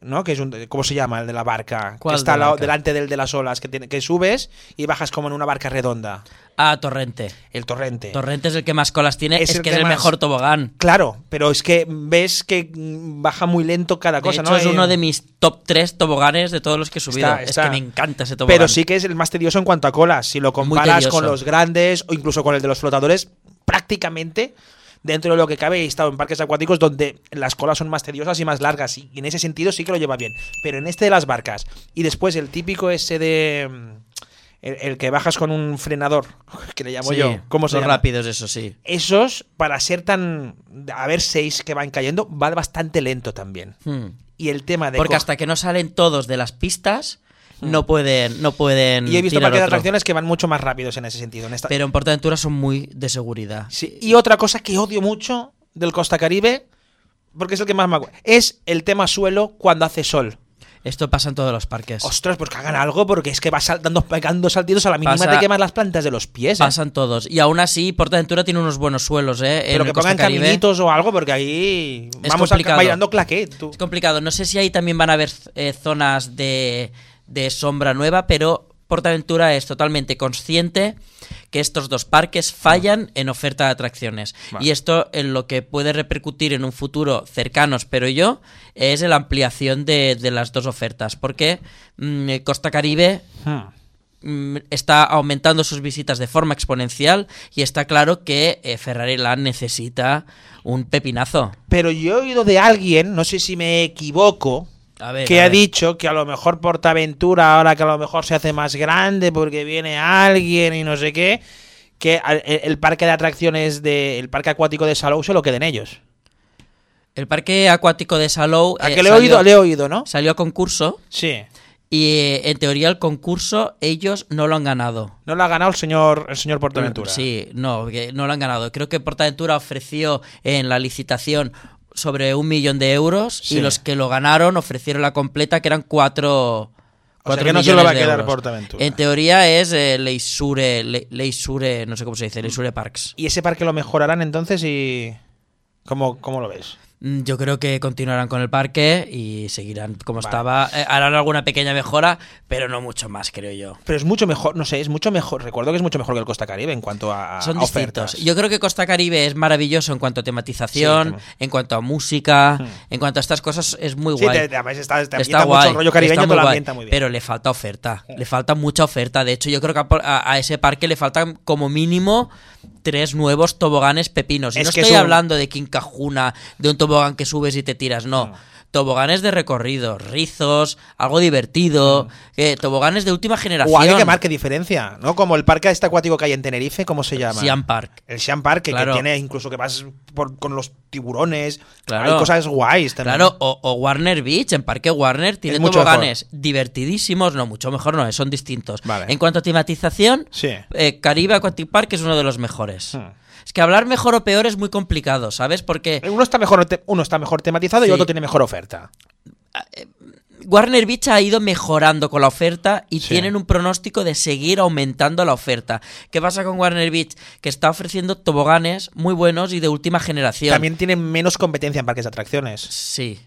¿No? Que es un, ¿Cómo se llama? El de la barca. ¿Cuál que de está la al lado- barca? delante del de las olas, que, tiene- que subes y bajas como en una barca redonda. Ah, Torrente. El torrente. Torrente es el que más colas tiene, Es es, el que que es el más. mejor tobogán. Claro, pero es que ves que mm, baja muy lento cada De cosa, hecho, ¿no? es Eh, uno de mis top 3 toboganes de todos los que he subido. Está- está. Es que me encanta ese tobogán. Pero sí que es el más tedioso en cuanto a colas. Si lo comparas tedioso. con los grandes o incluso con el de los flotadores, prácticamente dentro de lo que cabe he estado en parques acuáticos donde las colas son más tediosas y más largas. Y en ese sentido sí que lo lleva bien. Pero en este de las barcas y después el típico ese de. mm, El, el que bajas con un frenador, que le llamo Sí, yo. ¿Cómo se los llama? rápidos, eso sí. Esos, para ser tan. A ver, seis que van cayendo, va bastante lento también. Hmm. y el tema de Porque co- Hmm. hasta que no salen todos de las pistas, no pueden. No pueden y he visto tirar parques de otro. atracciones que van mucho más rápidos en ese sentido en esta- Pero en Portaventura son muy de seguridad. Sí, y otra cosa que odio mucho del Costa Caribe porque es el que más me acuerdo es el tema suelo cuando hace sol Esto pasa en todos los parques. ostras pues que hagan algo porque es que vas saltando pegando saltitos a la mínima Pasa- te quemas las plantas de los pies ¿eh? Pasan todos. Y aún así, Portaventura tiene unos buenos suelos, ¿eh? En pero el que Costa pongan Caribe. caminitos o algo porque ahí Es vamos a- complicado. bailando claquet tú. Es complicado. No sé si ahí también van a haber eh, zonas de, de sombra nueva, pero Portaventura es totalmente consciente que estos dos parques fallan en oferta de atracciones. Y esto en lo que puede repercutir en un futuro cercanos, pero yo, es en la ampliación de, de las dos ofertas. Porque mm, eh, Costa Caribe Hmm. mm, está aumentando sus visitas de forma exponencial y está claro que eh, Ferrari Land necesita un pepinazo. pero yo he oído de alguien no sé si me equivoco A ver, que a ha ver. dicho que a lo mejor Portaventura ahora que a lo mejor se hace más grande porque viene alguien y no sé qué, que al- el, el parque de atracciones de el parque acuático de Salou se lo queden ellos. El parque acuático de Salou ¿A eh, que le he salió, oído? Le he oído, ¿no? salió a concurso Sí. y eh, en teoría el concurso ellos no lo han ganado. No lo ha ganado el señor el señor Portaventura. Sí, no, que no lo han ganado. Creo que Portaventura ofreció en la licitación sobre un millón de euros Sí. y los que lo ganaron ofrecieron la completa, que eran cuatro. O sea cuatro que no se lo millones va a de quedar euros. Portaventura. En teoría es eh, Leisure, Le- Leisure, no sé cómo se Mm. dice, Leisure Parks. ¿Y ese parque lo mejorarán entonces y cómo, cómo lo ves? Mm, Yo creo que continuarán con el parque y seguirán como Vale. estaba. Eh, harán alguna pequeña mejora, pero no mucho más, creo yo. Pero es mucho mejor, no sé, es mucho mejor. Recuerdo que es mucho mejor que el Costa Caribe en cuanto a, a Son Ah, ofertas. distintos. Yo creo que Costa Caribe es maravilloso en cuanto a Sí, tematización, también. en cuanto a música, Hmm. en cuanto a estas cosas, es muy Sí, guay. te- te- además está, te ambienta Está guay, mucho el rollo caribeño, está te muy lo guay, ambienta muy bien. Pero le falta oferta, le falta mucha oferta. De hecho, yo creo que a, por- a- a ese parque le faltan como mínimo tres nuevos toboganes pepinos. Y Es no que estoy es un- hablando de Quincajuna, de un tobogán que subes y te tiras, no. Toboganes de recorrido, rizos, algo divertido, eh, toboganes de última generación. o alguien que marque diferencia, ¿no? Como el parque este acuático que hay en Tenerife, ¿cómo se llama? Siam Park. El Sean Park, que- Claro. que tiene incluso que vas por- con los tiburones. Claro. Hay cosas guays también. Claro, o, o Warner Beach, en Parque Warner, tiene mucho toboganes divertidísimos, no, mucho mejor no, son distintos. Vale. En cuanto a tematización, Sí. eh, Caribe Aquatic Park es uno de los mejores. Hmm. Es que hablar mejor o peor es muy complicado, ¿sabes? Porque Uno está mejor, te- uno está mejor tematizado y Sí. otro tiene mejor oferta. Warner Beach ha ido mejorando con la oferta y Sí. tienen un pronóstico de seguir aumentando la oferta. ¿Qué pasa con Warner Beach? Que está ofreciendo toboganes muy buenos y de última generación. También tiene menos competencia en parques de atracciones. Sí.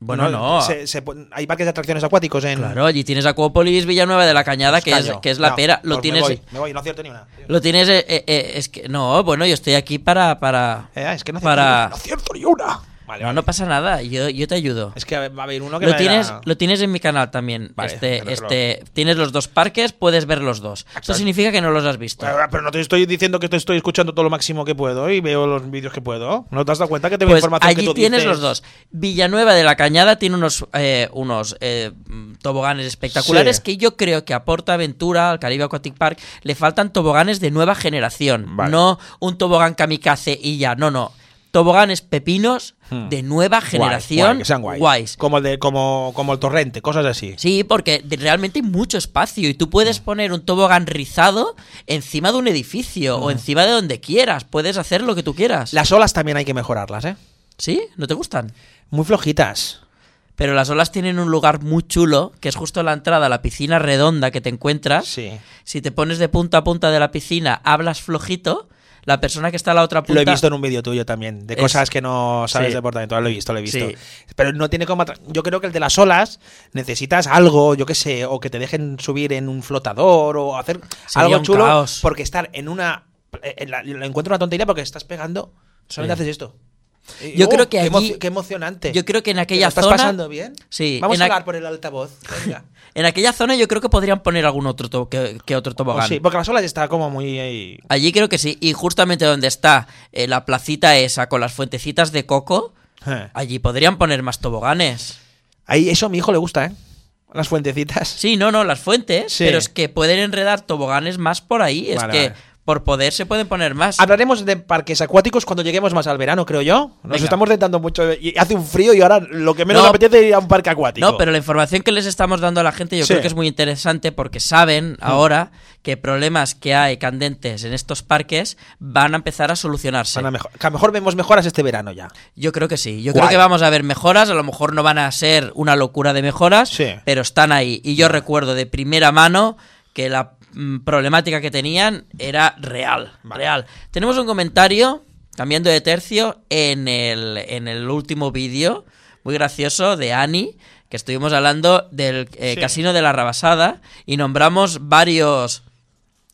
Bueno, no. se- se pon- hay parques de atracciones acuáticos en. Claro, allí tienes Acuópolis, Villanueva de la Cañada, que es, Caño. que es la No, pera. Lo pues tienes. Me voy, me voy, no acierto ni una. Lo tienes. eh, eh, eh, es que. No, bueno, yo estoy aquí para. para... Eh, es que no acierto, Para- ni, no acierto ni una. Vale, No, vale. no pasa nada. Yo, yo te ayudo. Es que va a haber uno que Lo me tienes, dará- lo tienes en mi canal también. Vale, este, pero este, tienes los dos parques, puedes ver los dos. Esto significa que no los has visto. Pero pero no te estoy diciendo que te estoy escuchando todo lo máximo que puedo y veo los vídeos que puedo. ¿No te has dado cuenta que te veo Pues información que allí tú tienes dices? los dos. Villanueva de la Cañada tiene unos, eh, unos eh, mm, toboganes espectaculares Sí. que yo creo que a Aventura, al Caribe Aquatic Park, le faltan toboganes de nueva generación. Vale. No un tobogán kamikaze y ya, no, no. Toboganes pepinos de nueva generación. Hmm. Guay, guay, que sean guays. guays. Como el, de, como, como el torrente, cosas así. Sí, porque de- realmente hay mucho espacio y tú puedes Mm. poner un tobogán rizado encima de un edificio Mm. o encima de donde quieras. Puedes hacer lo que tú quieras. Las olas también hay que mejorarlas, ¿eh? ¿Sí? ¿No te gustan? Muy flojitas. Pero las olas tienen un lugar muy chulo, que es justo la entrada a la piscina redonda que te encuentras. Sí. Si te pones de punta a punta de la piscina, hablas flojito, la persona que está a la otra Lo punta... he visto en un vídeo tuyo también, de Es- cosas que no sabes Sí. de portamento. Lo he visto, lo he visto. Sí. Pero no tiene como. atra- Yo creo que el de las olas necesitas algo, yo qué sé, o que te dejen subir en un flotador o hacer Sería algo un chulo. caos. Porque estar en una. eh, en la- lo encuentro una tontería porque estás pegando, solamente Sí. haces esto. Y- oh, Yo creo que qué, allí- qué emocionante. Yo creo que en ¿Te lo aquella estás zona... pasando bien? Sí, Vamos en a aqu- hablar por el altavoz. venga. En aquella zona yo creo que podrían poner algún otro to- que, que otro tobogán. Oh, Pues Sí, porque las olas está como muy. ahí- Allí creo que sí. Y justamente donde está eh, la placita esa con las fuentecitas de coco, Eh. allí podrían poner más toboganes. Ahí, eso a mi hijo le gusta, ¿eh? Las fuentecitas. Sí, no, no, las fuentes, Sí. pero es que pueden enredar toboganes más por ahí. Es Vale, que vale. Ah, por poder se pueden poner más. Hablaremos de parques acuáticos cuando lleguemos más al verano, creo yo. Nos Venga. estamos tentando mucho y hace un frío y ahora lo que menos No. me apetece es ir a un parque acuático. No, pero la información que les estamos dando a la gente yo Sí. Mm. creo que es muy interesante porque saben ahora que problemas que hay candentes en estos parques van a empezar a solucionarse. Van a mejor- que a lo mejor vemos mejoras este verano ya. Yo creo que sí. Yo Guay. creo que vamos a ver mejoras. A lo mejor no van a ser una locura de mejoras, Sí. pero están ahí. Y yo recuerdo de primera mano que la mm, problemática que tenían era real. Vale. Real. Tenemos un comentario, cambiando de tercio, en el, en el último vídeo, muy gracioso, de Ani, que estuvimos hablando del eh, Sí. casino de la Rabasada y nombramos varios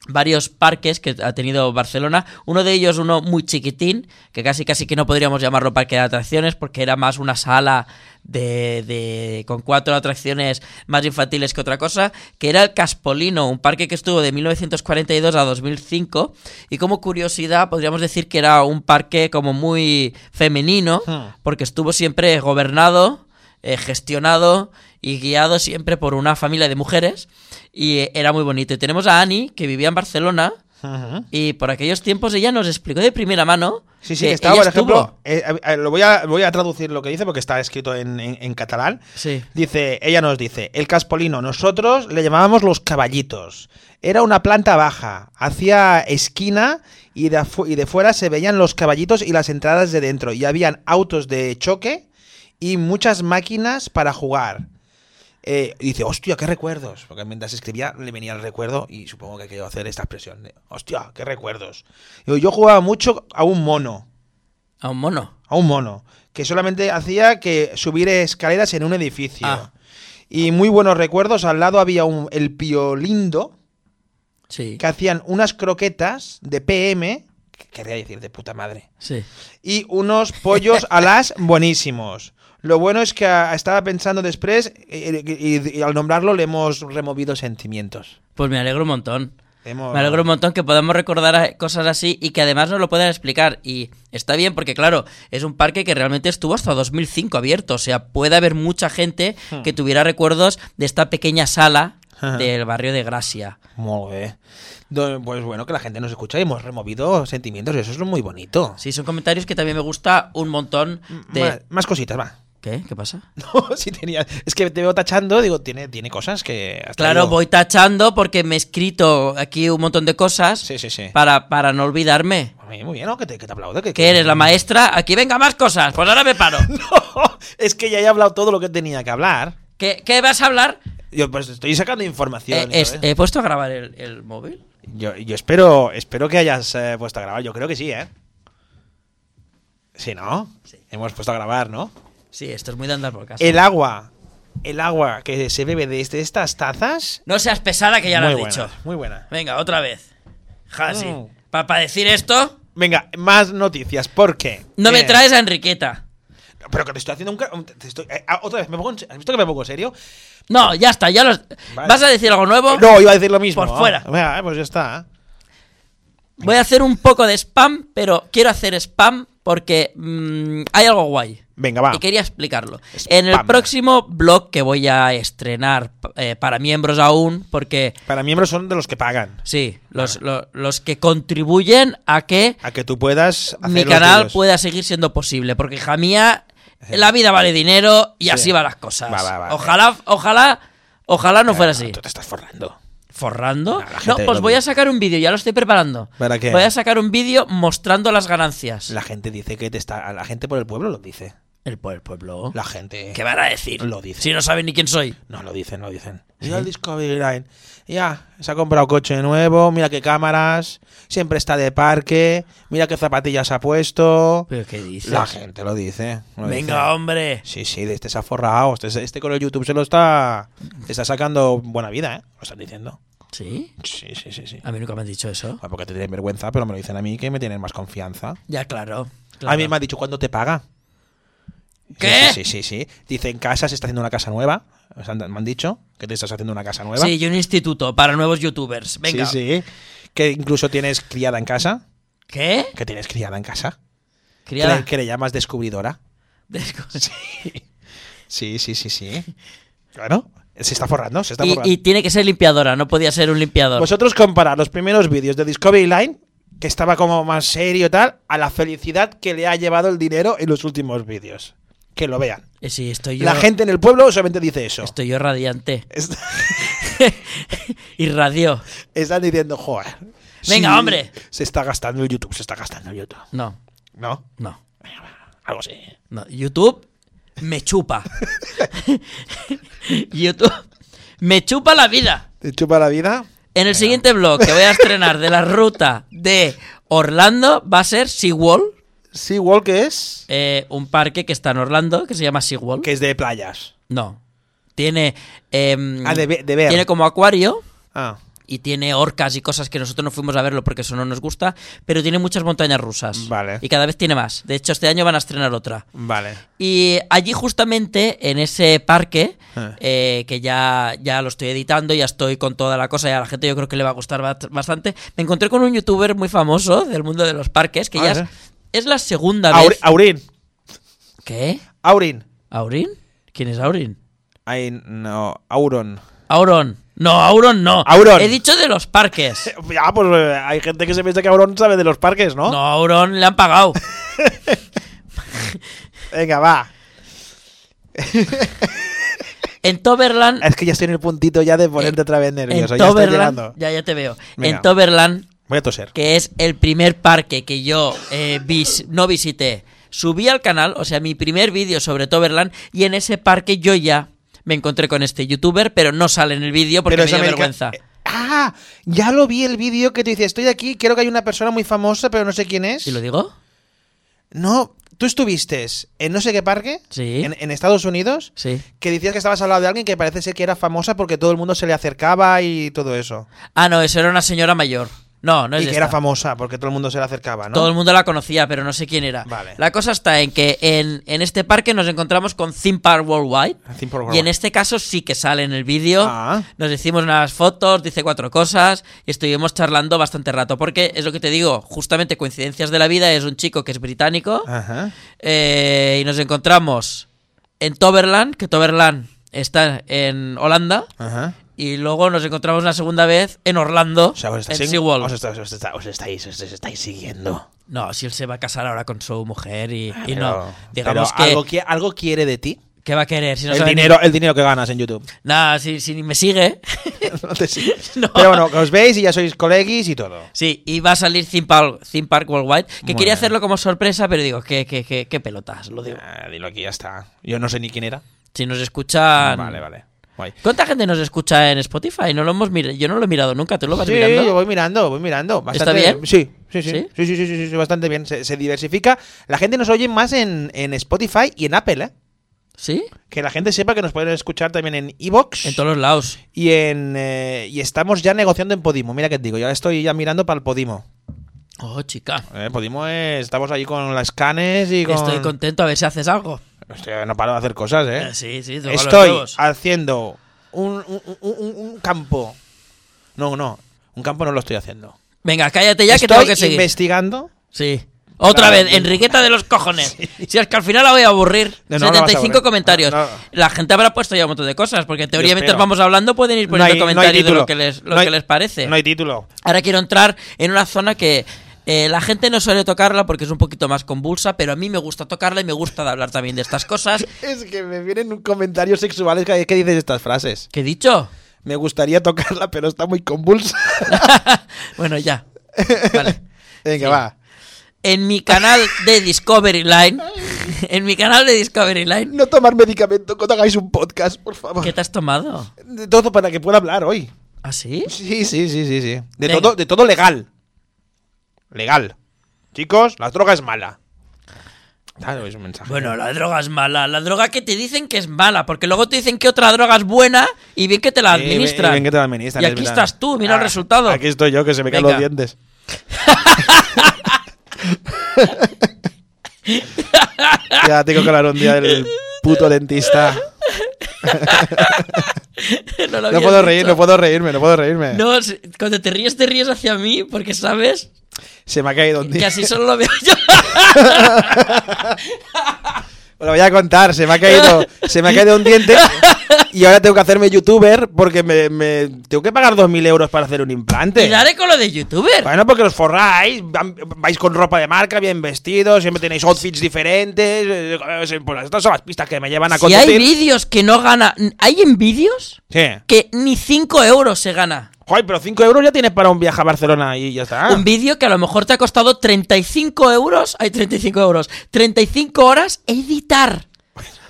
varios parques que ha tenido Barcelona. Uno de ellos, uno muy chiquitín, que casi casi que no podríamos llamarlo parque de atracciones, porque era más una sala de, de- con cuatro atracciones más infantiles que otra cosa, que era el Caspolino, un parque que estuvo de 1942 a 2005, y como curiosidad podríamos decir que era un parque como muy femenino, Hmm. porque estuvo siempre gobernado eh, gestionado y guiado siempre por una familia de mujeres y eh, era muy bonito. Y tenemos a Ani, que vivía en Barcelona Ajá. Y por aquellos tiempos ella nos explicó de primera mano. Sí, sí, que que estaba, ella por ejemplo, Eh, estuvo- eh, a- a- lo voy a, voy a traducir lo que dice porque está escrito en, en- en catalán. Sí. Dice, ella nos dice, el caspolino, nosotros le llamábamos los caballitos. Era una planta baja, hacía esquina y de, afu- y de fuera se veían los caballitos y las entradas de dentro. Y habían autos de choque y muchas máquinas para jugar. Eh, y dice, hostia, qué recuerdos. Porque mientras escribía le venía el recuerdo y supongo que quería hacer esta expresión. de, hostia, qué recuerdos. Digo, yo jugaba mucho a un mono A un mono. a un mono, que solamente hacía que subir escaleras en un edificio. Ah. Y muy buenos recuerdos, al lado había un, el piolindo, Sí. que hacían unas croquetas de PM, que querría decir de puta madre, Sí. y unos pollos a las buenísimos. Lo bueno es que ah, estaba pensando después eh, y, y al nombrarlo le hemos removido sentimientos. Pues me alegro un montón. Hemos- Me alegro un montón que podamos recordar a- cosas así y que además nos lo puedan explicar. Y está bien porque, claro, es un parque que realmente estuvo hasta 2005 abierto. O sea, puede haber mucha gente que tuviera recuerdos de esta pequeña sala Hmm. Ajá. del barrio de Gracia. Muy bien. Do- Pues bueno, que la gente nos escucha y hemos removido sentimientos, eso es lo muy bonito. Sí, son comentarios que también me gusta un montón de... Más- más cositas, va. ¿Qué? ¿Qué pasa? No, sí tenía. Es que te veo tachando, digo, tiene, tiene cosas que. has Claro, traído. voy tachando porque me he escrito aquí un montón de cosas Sí, sí, sí. para, para no olvidarme. Muy muy bien, ¿no? Que te, que te aplaudo. Que, ¿Qué eres, la maestra? Aquí venga más cosas. Pues ahora me paro. No, es que ya he hablado todo lo que tenía que hablar. ¿Qué, qué vas a hablar? Yo pues estoy sacando información. Eh, y todo es- eh, eso. ¿He puesto a grabar el, el móvil? Yo, yo espero, espero que hayas eh, puesto a grabar. Yo creo que sí, ¿eh? Sí, ¿no? Hemos puesto a grabar, ¿no? Sí, esto es muy de andar por casa. El agua. El agua que se bebe de, este- de estas tazas. No seas pesada que ya lo muy has buena, dicho. Muy buena. Venga, otra vez. Jasi. Mm. Para decir esto, Venga, más noticias. ¿Por qué? no me Eh, traes a Enriqueta. Pero que te estoy haciendo un. ca- un- te estoy- eh, ah, otra vez, ¿me pongo en se- ¿has visto que me pongo serio? No, ya está, ya los... Vale. ¿Vas a decir algo nuevo? No, iba a decir lo mismo. Oh, Por fuera. Venga, eh, pues ya está. Voy a hacer un poco de spam, pero quiero hacer spam porque mm, hay algo guay. Venga, va. Y quería explicarlo. Spam. En el próximo blog que voy a estrenar eh, para miembros aún, porque Para miembros son de los que pagan. sí, los, lo- los que contribuyen a que A que tú puedas hacer mi los canal tuyos. Eh, pueda seguir siendo posible, porque hija mía, la vida vale dinero y así van las cosas. Va, va, va. Eh, ojalá, ojalá, ojalá no fuera así. Ah, Tú te estás forrando. ¿Forrando? No, la No, gente pues lo voy ve. a sacar un vídeo, ya lo estoy preparando. ¿Para qué? Voy a sacar un vídeo mostrando las ganancias. La gente dice que te está. a La gente por el pueblo lo dice. El, pue- el pueblo. La gente. ¿Qué van a decir? Lo dice. Si no saben ni quién soy. No lo dicen, lo dicen. Mira el Discovery Line. Ya, se ha comprado coche nuevo. Mira qué cámaras. Siempre está de parque. Mira qué zapatillas ha puesto. ¿Pero qué dices? La gente lo dice. lo Venga, dice. hombre. Sí, sí, de este se ha forrado. Este, este con el YouTube se lo está. Te está sacando buena vida, ¿eh? Lo están diciendo. ¿Sí? Sí, sí, sí, sí. A mí nunca me han dicho eso. Ah, Porque te tienen vergüenza, pero me lo dicen a mí que me tienen más confianza. Ya, claro. A mí claro. me han dicho cuándo te paga. ¿Qué? Sí, sí, sí, sí. Dice en casa se está haciendo una casa nueva. O sea, me han dicho que te estás haciendo una casa nueva. Sí, y un instituto para nuevos youtubers. Venga. sí, sí. Que incluso tienes criada en casa. ¿Qué? Que tienes criada en casa. Que Criada. le, que le llamas descubridora. Desco- Sí, sí, sí, sí. Claro. Se está forrando, se está Y, forrando. y tiene que ser limpiadora, no podía ser un limpiador. Vosotros comparar los primeros vídeos de Discovery Line, que estaba como más serio y tal, a la felicidad que le ha llevado el dinero en los últimos vídeos. Que lo vean. Eh, sí, estoy yo. La gente en el pueblo solamente dice eso. Estoy yo radiante. Est- Irradió. Están diciendo, joder. Venga, hombre. Se está gastando el YouTube, se está gastando el YouTube. No, ¿No? no, Algo así. no. YouTube me chupa. YouTube me chupa la vida. ¿Te chupa la vida? En el siguiente blog que voy a estrenar de la ruta de Orlando va a ser SeaWall, Sí, igual que es. eh, un parque que está en Orlando que se llama SeaWall. Que es de playas. No, tiene em, Ah, de ve- de ver. tiene como acuario. Ah. y tiene orcas y cosas que nosotros no fuimos a verlo porque eso no nos gusta, pero tiene muchas montañas rusas. Vale. Y cada vez tiene más. De hecho, este año van a estrenar otra. Vale. Y allí justamente, en ese parque, Ah. eh, que ya, ya lo estoy editando, ya estoy con toda la cosa y a la gente yo creo que le va a gustar ba- bastante, me encontré con un youtuber muy famoso del mundo de los parques, que Ah, ya sí. es, es la segunda Auri- vez... Aurín. ¿Qué? Aurín. ¿Aurin? ¿Quién es Aurin? Ay, no. Auron. Auron. No, Auron no. Auron. He dicho de los parques. Ya, pues eh, hay gente que se piensa que Auron sabe de los parques, ¿no? No, Auron le han pagado. Venga, va. En Toverland. eh, Es que ya estoy en el puntito ya de ponerte otra vez nervioso. en Ya estoy Toverland. llegando. Ya, ya te veo. Venga. En Toverland, Voy a toser. que es el primer parque que yo eh, vis- no visité, subí al canal, o sea, mi primer vídeo sobre Toverland, y en ese parque yo ya me encontré con este youtuber, pero no sale en el vídeo porque Pero me es dio america- vergüenza. Eh, Ah, ya lo vi el vídeo que te dice, estoy aquí, creo que hay una persona muy famosa, pero no sé quién es. ¿Y lo digo? No, tú estuviste en no sé qué parque, Sí. en, en Estados Unidos, Sí. que decías que estabas al lado de alguien que parece ser que era famosa porque todo el mundo se le acercaba y todo eso. Ah, no, eso era una señora mayor. No, no es y que esta. era famosa porque todo el mundo se le acercaba, ¿no? Todo el mundo la conocía, pero no sé quién era. Vale. La cosa está en que en, en este parque nos encontramos con Theme Park Worldwide. Theme Park Y en Worldwide. este caso sí que sale en el vídeo. Ah. Nos hicimos unas fotos, dice cuatro cosas. Y estuvimos charlando bastante rato. Porque es lo que te digo, justamente coincidencias de la vida. Es un chico que es británico. Ajá. Eh, y nos encontramos en Toverland, que Toverland está en Holanda. Ajá. Y luego nos encontramos la segunda vez en Orlando, O sea, os estáis, en SeaWorld. os está- os está- os estáis, os estáis siguiendo. No, si él se va a casar ahora con su mujer y, y Ah, Pero- no. Ah, Digamos pero que, algo, qui- algo quiere de ti. ¿qué va a querer? Si no el, sabe ni- dinero, el dinero que ganas en YouTube. Nada, si, si ni me sigue. No te sigues. No. Pero bueno, que os veis y ya sois colegis y todo. Sí, y va a salir Theme Park, Theme Park Worldwide, que Muy quería bien. hacerlo como sorpresa, pero digo, qué, qué, qué, qué pelotas, lo digo. Ah, dilo aquí, ya está. Yo no sé ni quién era. Si nos escuchan... Vale, vale. Guay. ¿Cuánta gente nos escucha en Spotify? No lo hemos mir- Yo no lo he mirado nunca, ¿tú lo vas Sí, mirando? yo voy mirando, voy mirando. Bastante, ¿Está bien? Sí, sí, sí. ¿Sí? Sí, sí, sí, sí, sí, sí, bastante bien. Se, se diversifica. La gente nos oye más en, en Spotify y en Apple, ¿eh? ¿Sí? Que la gente sepa que nos pueden escuchar también en Evox En todos los lados. y en eh, y estamos ya negociando en Podimo. Mira que te digo, yo ahora estoy ya mirando para el Podimo. Oh, chica. Eh, Podimo es- estamos ahí con las canes y con... Estoy contento a ver si haces algo. Hostia, no paro de hacer cosas, ¿eh? Eh, sí, sí, toca los Estoy huevos. haciendo un, un- un- un- un campo. No, no. Un campo no lo estoy haciendo. Venga, cállate ya que estoy tengo que seguir. investigando. Sí. Otra Claro, vez, sí. Enriqueta de los cojones. Si es que al final la voy a aburrir. No, no, la vas a 75 aburrir. comentarios. No, no. La gente habrá puesto ya un montón de cosas, porque en teoría Yo mientras espero. vamos hablando pueden ir poniendo comentarios de lo que les, lo No hay- que les parece. No hay título. Ahora quiero entrar en una zona que eh, la gente no suele tocarla porque es un poquito más convulsa, pero a mí me gusta tocarla y me gusta de hablar también de estas cosas. Es que me vienen comentarios sexuales cada vez que dices estas frases. ¿Qué he dicho? Me gustaría tocarla, pero está muy convulsa. bueno, ya. Vale. Venga, Sí. va. En mi canal de Discovery Line. En mi canal de Discovery Line. No tomar medicamento cuando hagáis un podcast, por favor. ¿Qué te has tomado? De todo para que pueda hablar hoy. ¿Ah, sí? Sí, sí, sí, sí, sí. De Venga. todo, de todo legal. Legal. Chicos, la droga es mala. Claro, es un mensaje. Bueno, la droga es mala. La droga que te dicen que es mala, porque luego te dicen que otra droga es buena y bien que te la Eh, ven- administran. ven que te la administran, Y es aquí verdad. estás tú, mira el Ah, resultado. Aquí estoy yo, que se me caen Venga. los dientes. ya tengo que hablar un día del puto dentista. No, lo No habías puedo reír, dicho. no puedo reírme, no puedo reírme. No, si- cuando te ríes, te ríes hacia mí, porque sabes Se me ha caído un que día. así solo lo veo yo. Os Lo voy a contar, se me ha caído, se me ha caído un diente y ahora tengo que hacerme youtuber porque me, me- tengo que pagar 2.000 euros para hacer un implante. Y daré con lo de youtuber. Bueno, porque los forráis, van- vais con ropa de marca, bien vestidos, siempre tenéis outfits diferentes. eh, eh, Pues estas son las pistas que me llevan a Si hay conducir. vídeos que no gana. Hay en vídeos Sí. que ni 5 euros se gana. Joder, pero 5 euros ya tienes para un viaje a Barcelona y ya está. Un vídeo que a lo mejor te ha costado 35 euros. Hay 35 euros. 35 horas editar.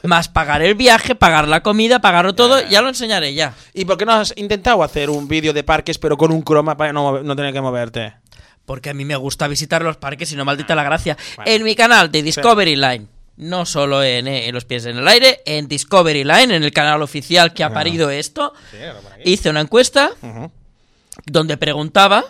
Más pagar el viaje, pagar la comida, pagarlo todo. Ya lo enseñaré ya. ¿Y por qué no has intentado hacer un vídeo de parques pero con un croma para no, move- no tener que moverte? Porque a mí me gusta visitar los parques y no maldita la gracia. En mi canal de Discovery Line. No solo en, eh, en Los Pies en el Aire, en Discovery Line, en el canal oficial que ha parido esto. Hice una encuesta donde preguntaba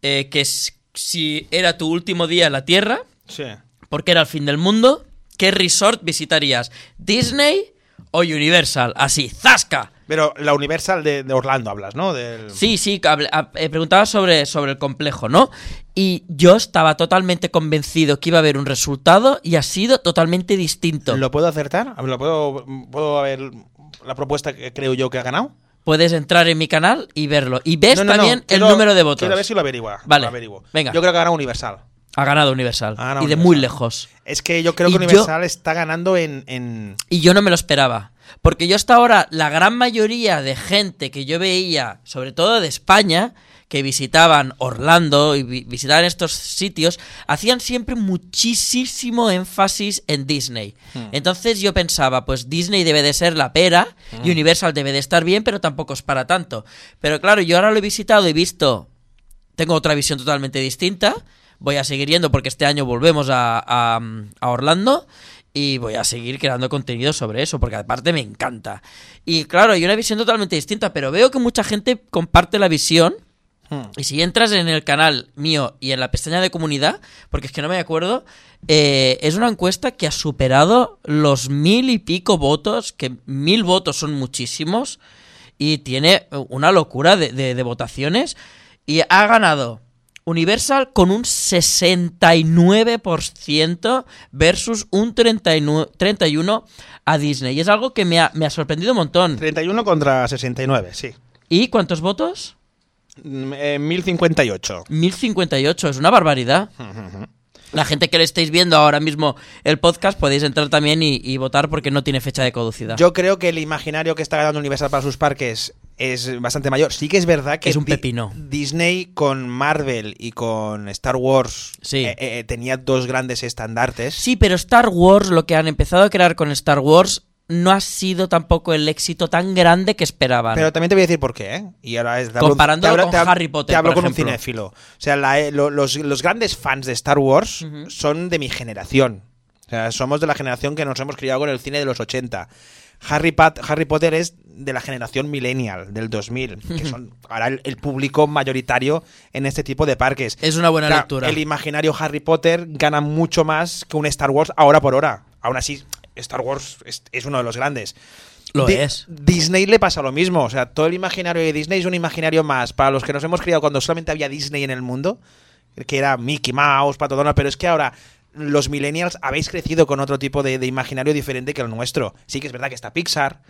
eh, que s- si era tu último día en la Tierra, Sí. porque era el fin del mundo, ¿qué resort visitarías? ¿Disney o Universal? Así, ¡zasca! Pero la Universal de, de Orlando hablas, ¿no? Del... Sí, sí, que habl- a- eh, preguntaba sobre, sobre el complejo, ¿no? Y yo estaba totalmente convencido que iba a haber un resultado y ha sido totalmente distinto. ¿Lo puedo acertar? ¿Lo puedo, puedo ver la propuesta que creo yo que ha ganado? puedes entrar en mi canal y verlo. Y ves No, no, no, también quiero- el número de votos. Quiero ver si lo averigua. Vale, lo averiguo. venga. Yo creo que gana Universal. Ha ganado Universal. Ha ganado y de Universal. muy lejos. Es que yo creo Y que yo- Universal está ganando en. en- Y yo no me lo esperaba. Porque yo hasta ahora, la gran mayoría de gente que yo veía, sobre todo de España, que visitaban Orlando y vi- visitaban estos sitios, hacían siempre muchísimo énfasis en Disney. Entonces yo pensaba, pues Disney debe de ser la pera y Universal debe de estar bien, pero tampoco es para tanto. Pero claro, yo ahora lo he visitado y visto tengo otra visión totalmente distinta. Voy a seguir yendo porque este año volvemos a, a- a Orlando y voy a seguir creando contenido sobre eso porque aparte me encanta. Y claro, hay una visión totalmente distinta, pero veo que mucha gente comparte la visión. Hmm. Y si entras en el canal mío y en la pestaña de comunidad, porque es que no me acuerdo, eh, es una encuesta que ha superado los mil y pico votos, que mil votos son muchísimos, y tiene una locura de, de- de votaciones, y ha ganado Universal con un 69% versus un 39 31% a Disney. Y es algo que me ha, me ha sorprendido un montón. 31 contra 69, sí. ¿Y cuántos votos? Mm, eh, 1058. 1058, es una barbaridad. La gente que le estáis viendo ahora mismo el podcast podéis entrar también y, y votar porque no tiene fecha de caducidad. Yo creo que el imaginario que está ganando Universal para sus parques es bastante mayor. Sí que es verdad que Es un Di- pepino. Disney con Marvel y con Star Wars Sí. eh, eh, tenía dos grandes estandartes. Sí, pero Star Wars, lo que han empezado a crear con Star Wars, no ha sido tampoco el éxito tan grande que esperaban. Pero también te voy a decir por qué, ¿eh? Y ahora es, te hablo- Comparándolo te hablo- con te hablo- Harry Potter, Te hablo por con ejemplo. un cinéfilo. O sea, la- eh, lo- los, los grandes fans de Star Wars Ujú. son de mi generación. O sea, somos de la generación que nos hemos criado con el cine de los 80. Harry, Pat- Harry Potter es de la generación millennial, del 2000, que son ahora el, el público mayoritario en este tipo de parques. es una buena Claro, lectura. El imaginario Harry Potter gana mucho más que un Star Wars ahora por hora. Aún así, Star Wars es- es uno de los grandes. Lo Di- es. Disney le pasa lo mismo. O sea, todo el imaginario de Disney es un imaginario más. Para los que nos hemos criado cuando solamente había Disney en el mundo, que era Mickey Mouse, Pato Donald, pero es que ahora los millennials habéis crecido con otro tipo de, de imaginario diferente que el nuestro. Sí que es verdad que está Pixar,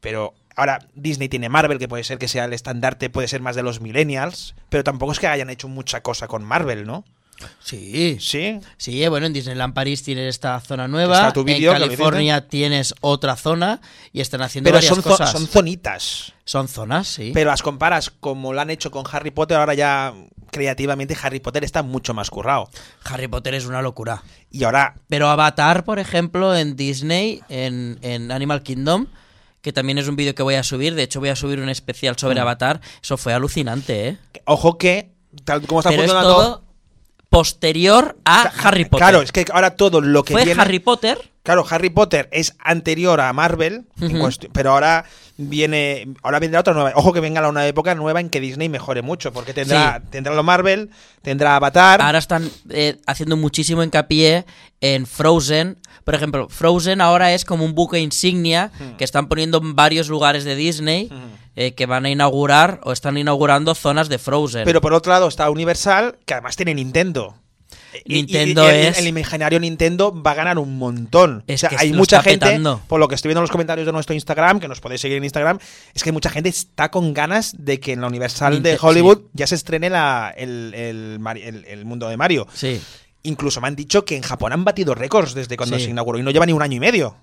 pero ahora Disney tiene Marvel, que puede ser que sea el estandarte, puede ser más de los millennials, pero tampoco es que hayan hecho mucha cosa con Marvel, ¿no? Sí. Sí. Sí, bueno, en Disneyland París tienes esta zona nueva, Está tu vídeo, que en lo California tienes otra zona y están haciendo Pero varias son, zo- cosas. son zonitas. Son zonas, sí. Pero las comparas como lo han hecho con Harry Potter, ahora ya creativamente Harry Potter está mucho más currado. Harry Potter es una locura. Y ahora, Pero Avatar, por ejemplo, en Disney, en, en Animal Kingdom, que también es un vídeo que voy a subir, de hecho voy a subir un especial sobre Mm. Avatar, eso fue alucinante, ¿eh? ojo que, tal como está Pero es funcionando. todo posterior a Harry Potter. Claro, es que ahora todo lo que fue viene. Harry Potter, Claro, Harry Potter es anterior a Marvel, en Ujú. cuestión- pero ahora viene, ahora vendrá otra nueva. Ojo que venga la- una época nueva en que Disney mejore mucho, porque tendrá, tendrá lo Marvel, tendrá Avatar. ahora están eh, haciendo muchísimo hincapié en Frozen. Por ejemplo, Frozen ahora es como un buque insignia Mm. que están poniendo en varios lugares de Disney eh, que van a inaugurar o están inaugurando zonas de Frozen. Pero por otro lado está Universal, que además tiene Nintendo. Y- y- Nintendo y el- es- El, imaginario Nintendo va a ganar un montón. Es o sea, que hay lo mucha está gente, petando. por lo que estoy viendo en los comentarios de nuestro Instagram, que nos podéis seguir en Instagram, es que mucha gente está con ganas de que en la Universal de Ninte- Hollywood ya se estrene la, el, el Mari- el- el mundo de Mario. Sí. Incluso me han dicho que en Japón han batido récords desde cuando Sí. se inauguró y no lleva ni un año y medio.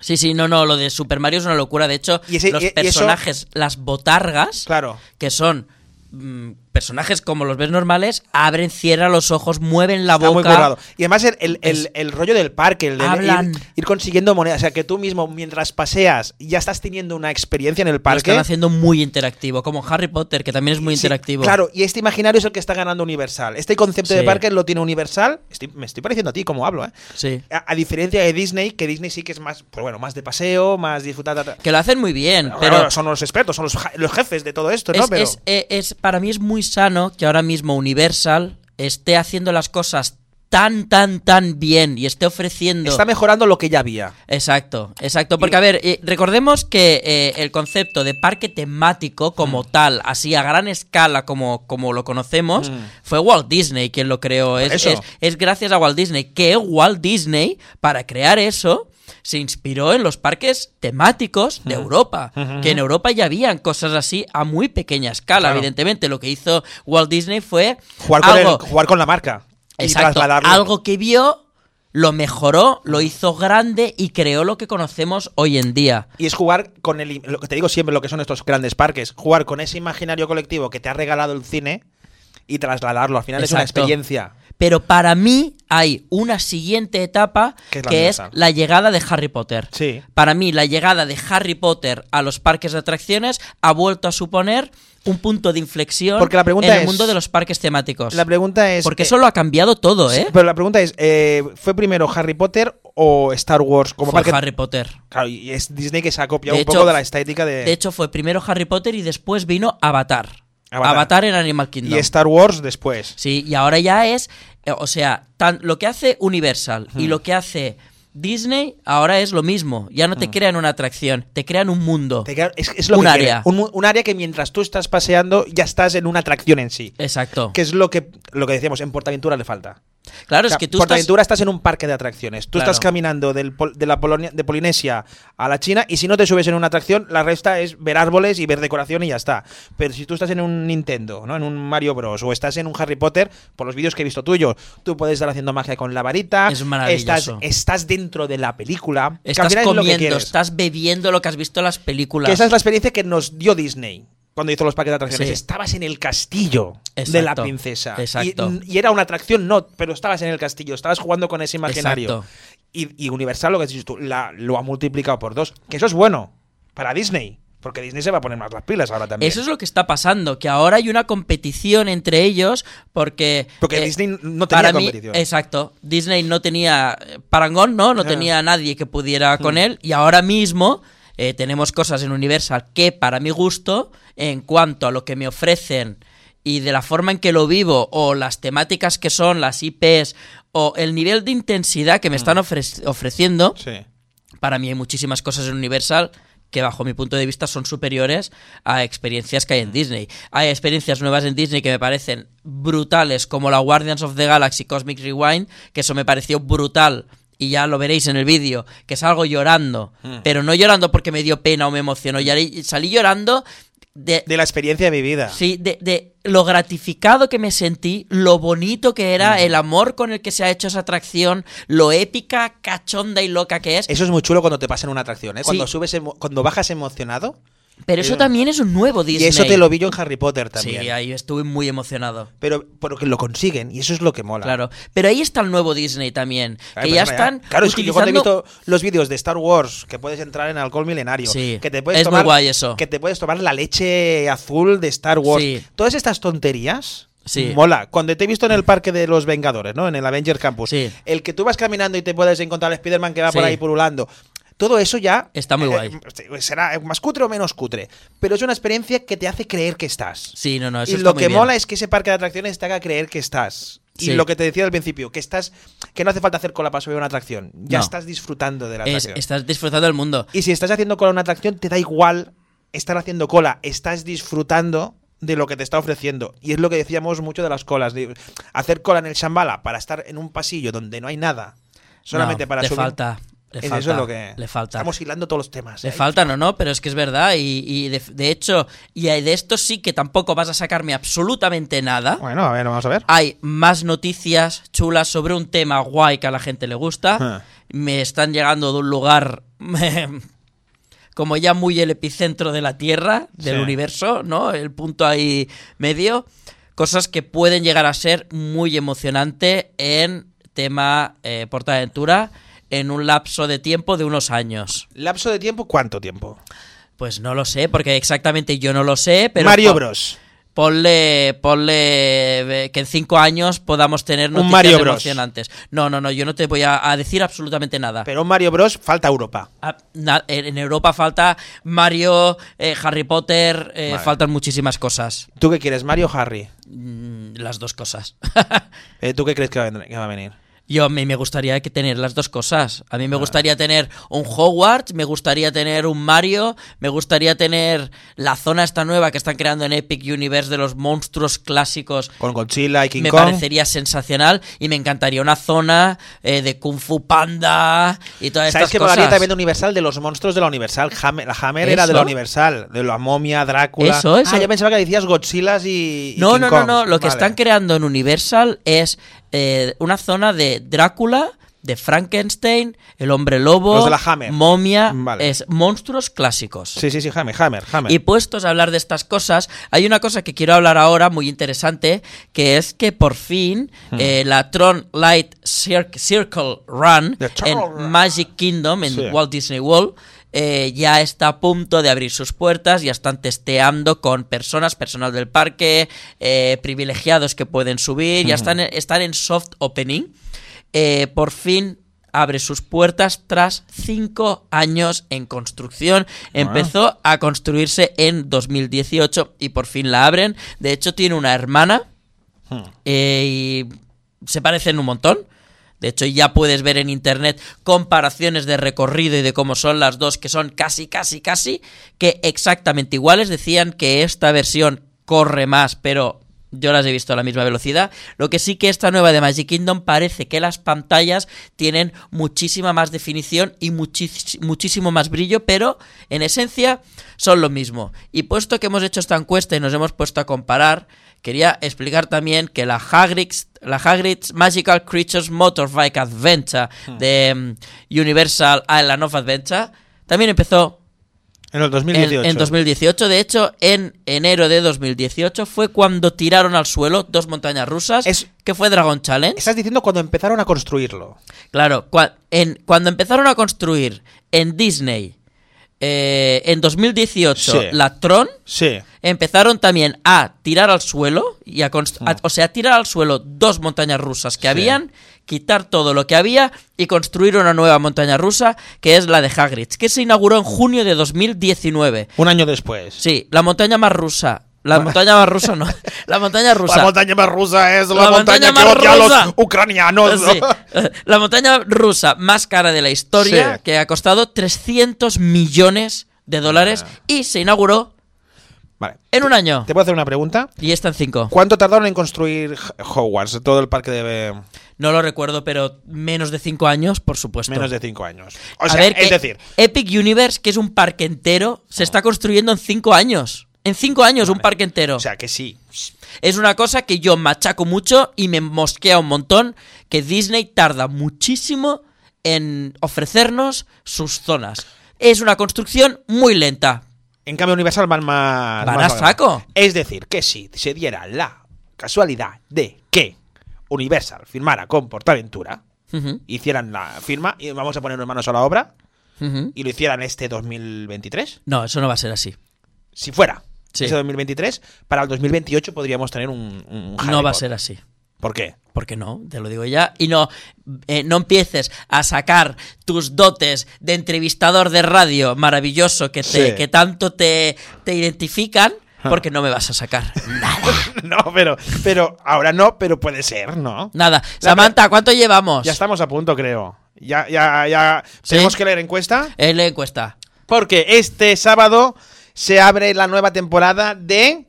Sí, sí, no, no, lo de Super Mario es una locura. De hecho, Y ese- los y- y eso- personajes, las botargas, Claro. que son mm, personajes como los ves normales, abren, cierran los ojos, mueven la Está muy boca. currado. Y además el, el- el- Es- el rollo del parque, el de Hablan. ir, ir consiguiendo monedas. O sea, que tú mismo, mientras paseas, ya estás teniendo una experiencia en el Lo parque. están haciendo muy interactivo, como Harry Potter, que también es muy Sí, interactivo. claro, y este imaginario es el que está ganando Universal. Este concepto de Sí. parque lo tiene Universal. Estoy- me estoy pareciendo a ti como hablo, ¿eh? Sí. A, a diferencia de Disney, que Disney sí que es más, pues bueno, más de paseo, más disfrutar. ta, ta. Que lo hacen muy bien, Ahora pero son los expertos, son los, ja- los jefes de todo esto, ¿no? es, Pero es- eh, es- para mí es muy sano que ahora mismo Universal esté haciendo las cosas tan, tan, tan bien y esté ofreciendo... está mejorando lo que ya había. Exacto, exacto. Porque, a ver, eh, recordemos que eh, el concepto de parque temático como Mm. tal, así a gran escala como, como lo conocemos, fue Walt Disney quien lo creó. Es, Mm. eso. es- es gracias a Walt Disney que Walt Disney, para crear eso, se inspiró en los parques temáticos Mm. de Europa, que en Europa ya habían cosas así a muy pequeña escala, Claro. evidentemente. Lo que hizo Walt Disney fue Jugar con, el- algo- jugar con la marca. y Exacto, trasladarlo. algo que vio, lo mejoró, lo hizo grande y creó lo que conocemos hoy en día. Y es jugar con el. Lo que te digo siempre, lo que son estos grandes parques. Jugar con ese imaginario colectivo que te ha regalado el cine y trasladarlo. Al final es una Exacto. experiencia. Pero para mí hay una siguiente etapa Que que, es la es mesa. la llegada de Harry Potter. Sí. Para mí la llegada de Harry Potter a los parques de atracciones ha vuelto a suponer un punto de inflexión Porque la pregunta en el es- mundo de los parques temáticos. La pregunta es. Porque eh, eso lo ha cambiado todo, sí, ¿eh? Pero la pregunta es: eh, ¿fue primero Harry Potter o Star Wars como Fue parque? Harry Potter. Claro, y es Disney que se ha copiado De un hecho, poco de la estética de. De hecho, fue primero Harry Potter y después vino Avatar. Avatar. Avatar, en Animal y Kingdom. Star Wars después. Sí, y ahora ya es, eh, o sea, tan, lo que hace Universal Hmm. y lo que hace Disney ahora es lo mismo. Ya no te crean una atracción, te crean un mundo. Hmm. Te queda- Es, es lo Un que área. quiere. Un, mu- un área que mientras tú estás paseando ya estás en una atracción en Eh. sí. Exacto. Que es lo que, lo que decíamos, en Portaventura le falta. claro, O sea, es que tú estás... Portaventura estás... en un parque de atracciones. Tú Claro. estás caminando del Pol- de la Polonia, de Polinesia a la China y si no te subes en una atracción, la resta es ver árboles y ver decoración y ya está. Pero si tú estás en un Nintendo, ¿no? en un Mario Bros. o estás en un Harry Potter, por los vídeos que he visto tuyos, tú puedes estar haciendo magia con la varita. Es maravilloso. Estás, estás dentro de la película. que al Estás final es lo que comiendo, quieres. estás bebiendo lo que has visto en las películas. Que esa es la experiencia que nos dio Disney cuando hizo los parques de atracciones. Sí. Estabas en el castillo de Exacto. la princesa. Y- Exacto. Y, era una atracción, no, pero estabas en el castillo, estabas jugando con ese imaginario. Exacto. Y, y Universal, lo que has dicho tú, la- lo ha multiplicado por dos. Que eso es bueno para Disney, porque Disney se va a poner más las pilas ahora también. Eso es lo que está pasando, que ahora hay una competición entre ellos porque... Porque eh, Disney no tenía para mí- competición. exacto. Disney no tenía eh, parangón, ¿no? No Ah. tenía nadie que pudiera con él. Y ahora mismo eh, tenemos cosas en Universal que, para mi gusto, en cuanto a lo que me ofrecen y de la forma en que lo vivo, o las temáticas que son, las IPs, o el nivel de intensidad que me están ofrec- ofreciendo, Hmm. Sí. para mí hay muchísimas cosas en Universal que bajo mi punto de vista son superiores a experiencias que hay en Disney. Hay experiencias nuevas en Disney que me parecen brutales, como la Guardians of the Galaxy Cosmic Rewind, que eso me pareció brutal. Y ya lo veréis en el vídeo, que salgo llorando, pero no llorando porque me dio pena o me emocionó, ya salí llorando de, De la experiencia de mi vida. Sí, de, de lo gratificado que me sentí, lo bonito que era, el amor con el que se ha hecho esa atracción, lo épica, cachonda y loca que es. Eso es muy chulo cuando te pasa en una atracción, ¿eh? Sí. Cuando, subes emo- cuando bajas emocionado. Pero eso Eh, también es un nuevo Disney. Y eso te lo vi yo en Harry Potter también. Sí, ahí estuve muy emocionado. Pero porque lo consiguen y eso es lo que mola. Claro. Pero ahí está el nuevo Disney también. que Ay, pues ya mira, están. Claro, es que yo utilizando... cuando he visto los vídeos de Star Wars que puedes entrar en alcohol milenario, Sí, que te puedes es muy tomar, guay eso. que te puedes tomar la leche azul de Star Wars, Sí. todas estas tonterías. Sí. Mola. Cuando te he visto en el parque de los Vengadores, ¿no? En el Avengers Campus, Sí. el que tú vas caminando y te puedes encontrar al Spider-Man que va por Sí. ahí pululando. Todo eso ya Está muy eh, guay. será más cutre o menos cutre, pero es una experiencia que te hace creer que estás Sí, no, no, Ah, eso y está lo muy que bien. mola es que ese parque de atracciones te haga creer que estás. Y Sí. lo que te decía al principio, que estás, que no hace falta hacer cola para subir a una atracción. Ya No. estás disfrutando de la Es- atracción. Estás disfrutando del mundo. Y si estás haciendo cola a una atracción, te da igual estar haciendo cola. Estás disfrutando de lo que te está ofreciendo. Y es lo que decíamos mucho de las colas. de hacer cola en el Shambhala para estar en un pasillo donde no hay nada. Solamente No, para le subir. Falta, le Es- falta. eso es lo que. Le falta. Estamos hilando todos los temas. Le ¿eh? falta, no, no, pero es que es verdad. Y, y de, de hecho, y de esto sí que tampoco vas a sacarme absolutamente nada. Bueno, a ver, vamos a ver. Hay más noticias chulas sobre un tema guay que a la gente le gusta. Ah. Me están llegando de un lugar como ya muy el epicentro de la Tierra, del Sí. universo, ¿no? El punto ahí medio. Cosas que pueden llegar a ser muy emocionante en tema eh, Portaventura en un lapso de tiempo de unos años. ¿Lapso de tiempo? ¿Cuánto tiempo? Pues no lo sé, porque exactamente yo no lo sé, pero... Mario pon- Bros. Ponle, ponle eh, que en cinco años podamos tener Un noticias Mario Bros. emocionantes. No, no, no, yo no te voy a, a decir absolutamente nada. Pero un Mario Bros. falta Europa. Ah, na- en en Europa falta Mario, eh, Harry Potter, eh, Vale. faltan muchísimas cosas. ¿Tú qué quieres, Mario o Harry? Mm, las dos cosas. Eh, ¿Tú qué crees que va, a ven- que va a venir? Yo a mí me gustaría que tener las dos cosas. A mí me gustaría tener un Hogwarts, me gustaría tener un Mario, me gustaría tener la zona esta nueva que están creando en Epic Universe de los monstruos clásicos. Con Godzilla y King me Kong. parecería sensacional y me encantaría una zona eh, de Kung Fu Panda y todas ¿Sabes estas que cosas. molaría también de Universal? De los monstruos de la Universal. Hammer- la Hammer era de la ¿Eso? Universal. De la momia, Drácula. Eso, eso. Ah, yo pensaba que decías Godzilla y. y No, no, King no, Kongs. no. Lo que Vale. están creando en Universal es eh, una zona de Drácula, de Frankenstein, el hombre lobo, Los de la Hammer. momia, Vale. es monstruos clásicos. Sí, sí, sí, Hammer, Hammer, Hammer. Y puestos a hablar de estas cosas, hay una cosa que quiero hablar ahora muy interesante, que es que por fin Hmm. eh, la Tron Light Cir- Circle Run The Tron Run. en Magic Kingdom, en Sí. Walt Disney World, eh, ya está a punto de abrir sus puertas, ya están testeando con personas, personal del parque, eh, privilegiados que pueden subir, ya están, están en soft opening. Eh, por fin abre sus puertas tras cinco años en construcción. Empezó a construirse en 2018 y por fin la abren. De hecho, tiene una hermana eh, y se parecen un montón. De hecho, ya puedes ver en internet comparaciones de recorrido y de cómo son las dos, que son casi, casi, casi, que exactamente iguales. Decían que esta versión corre más, pero yo las he visto a la misma velocidad. Lo que sí que esta nueva de Magic Kingdom parece que las pantallas tienen muchísima más definición y muchis- muchísimo más brillo, pero en esencia son lo mismo. Y puesto que hemos hecho esta encuesta y nos hemos puesto a comparar, quería explicar también que la Hagrid's, la Hagrid's Magical Creatures Motorbike Adventure Hmm. de mm, Universal Island of Adventure también empezó en el en, 2018. en 2018. De hecho, en enero de 2018 fue cuando tiraron al suelo dos montañas rusas, Es- que fue Dragon Challenge. Estás diciendo cuando empezaron a construirlo. Claro, cua- en- cuando empezaron a construir en Disney eh, en 2018 Sí. la Tron, Sí. empezaron también a tirar al suelo, y a const- Ah. a- o sea, tirar al suelo dos montañas rusas que habían, quitar todo lo que había y construir una nueva montaña rusa que es la de Hagrid's, que se inauguró en junio de 2019. Un año después. Sí, la montaña más rusa. La montaña más rusa no. La montaña rusa. montaña más rusa es La montaña más rusa. ucranianos. Sí. La montaña rusa más cara de la historia, Sí. que ha costado 300 millones de dólares y se inauguró Vale. en un año. Ah. ¿Te puedo hacer una pregunta? Y está en 5. ¿Cuánto tardaron en construir H- Hogwarts? Todo el parque de No lo recuerdo, pero menos de 5 años, por supuesto. menos de 5 años. O A sea, ver, es que decir, Ah. Epic Universe, que es un parque entero, se está construyendo en 5 años. En 5 años, un parque entero. o sea que sí. Es una cosa que yo machaco mucho y me mosquea un montón que Disney tarda muchísimo en ofrecernos sus zonas. Es una construcción muy lenta. En cambio, Universal van más. Van más a saco. Es decir, que si se diera la casualidad de que Universal firmara con Portaventura, Ujú, hicieran la firma y vamos a poner manos a la obra ujú. y lo hicieran este 2023, No, eso no va a ser así. si fuera Sí. ese 2023, para el 2028 podríamos tener un. un Harry No va a Potter. ser así. ¿Por qué? Porque no, te lo digo ya. Y no, eh, no empieces a sacar tus dotes de entrevistador de radio maravilloso que, te- Sí. Ah. que tanto te, te identifican, porque no me vas a sacar. no, pero, pero ahora no, pero puede ser, ¿no? Nada. Samantha, ¿cuánto llevamos? Ya estamos a punto, creo. Ya, ya, ya. Tenemos que leer encuesta. Es la encuesta. Porque este sábado se abre la nueva temporada de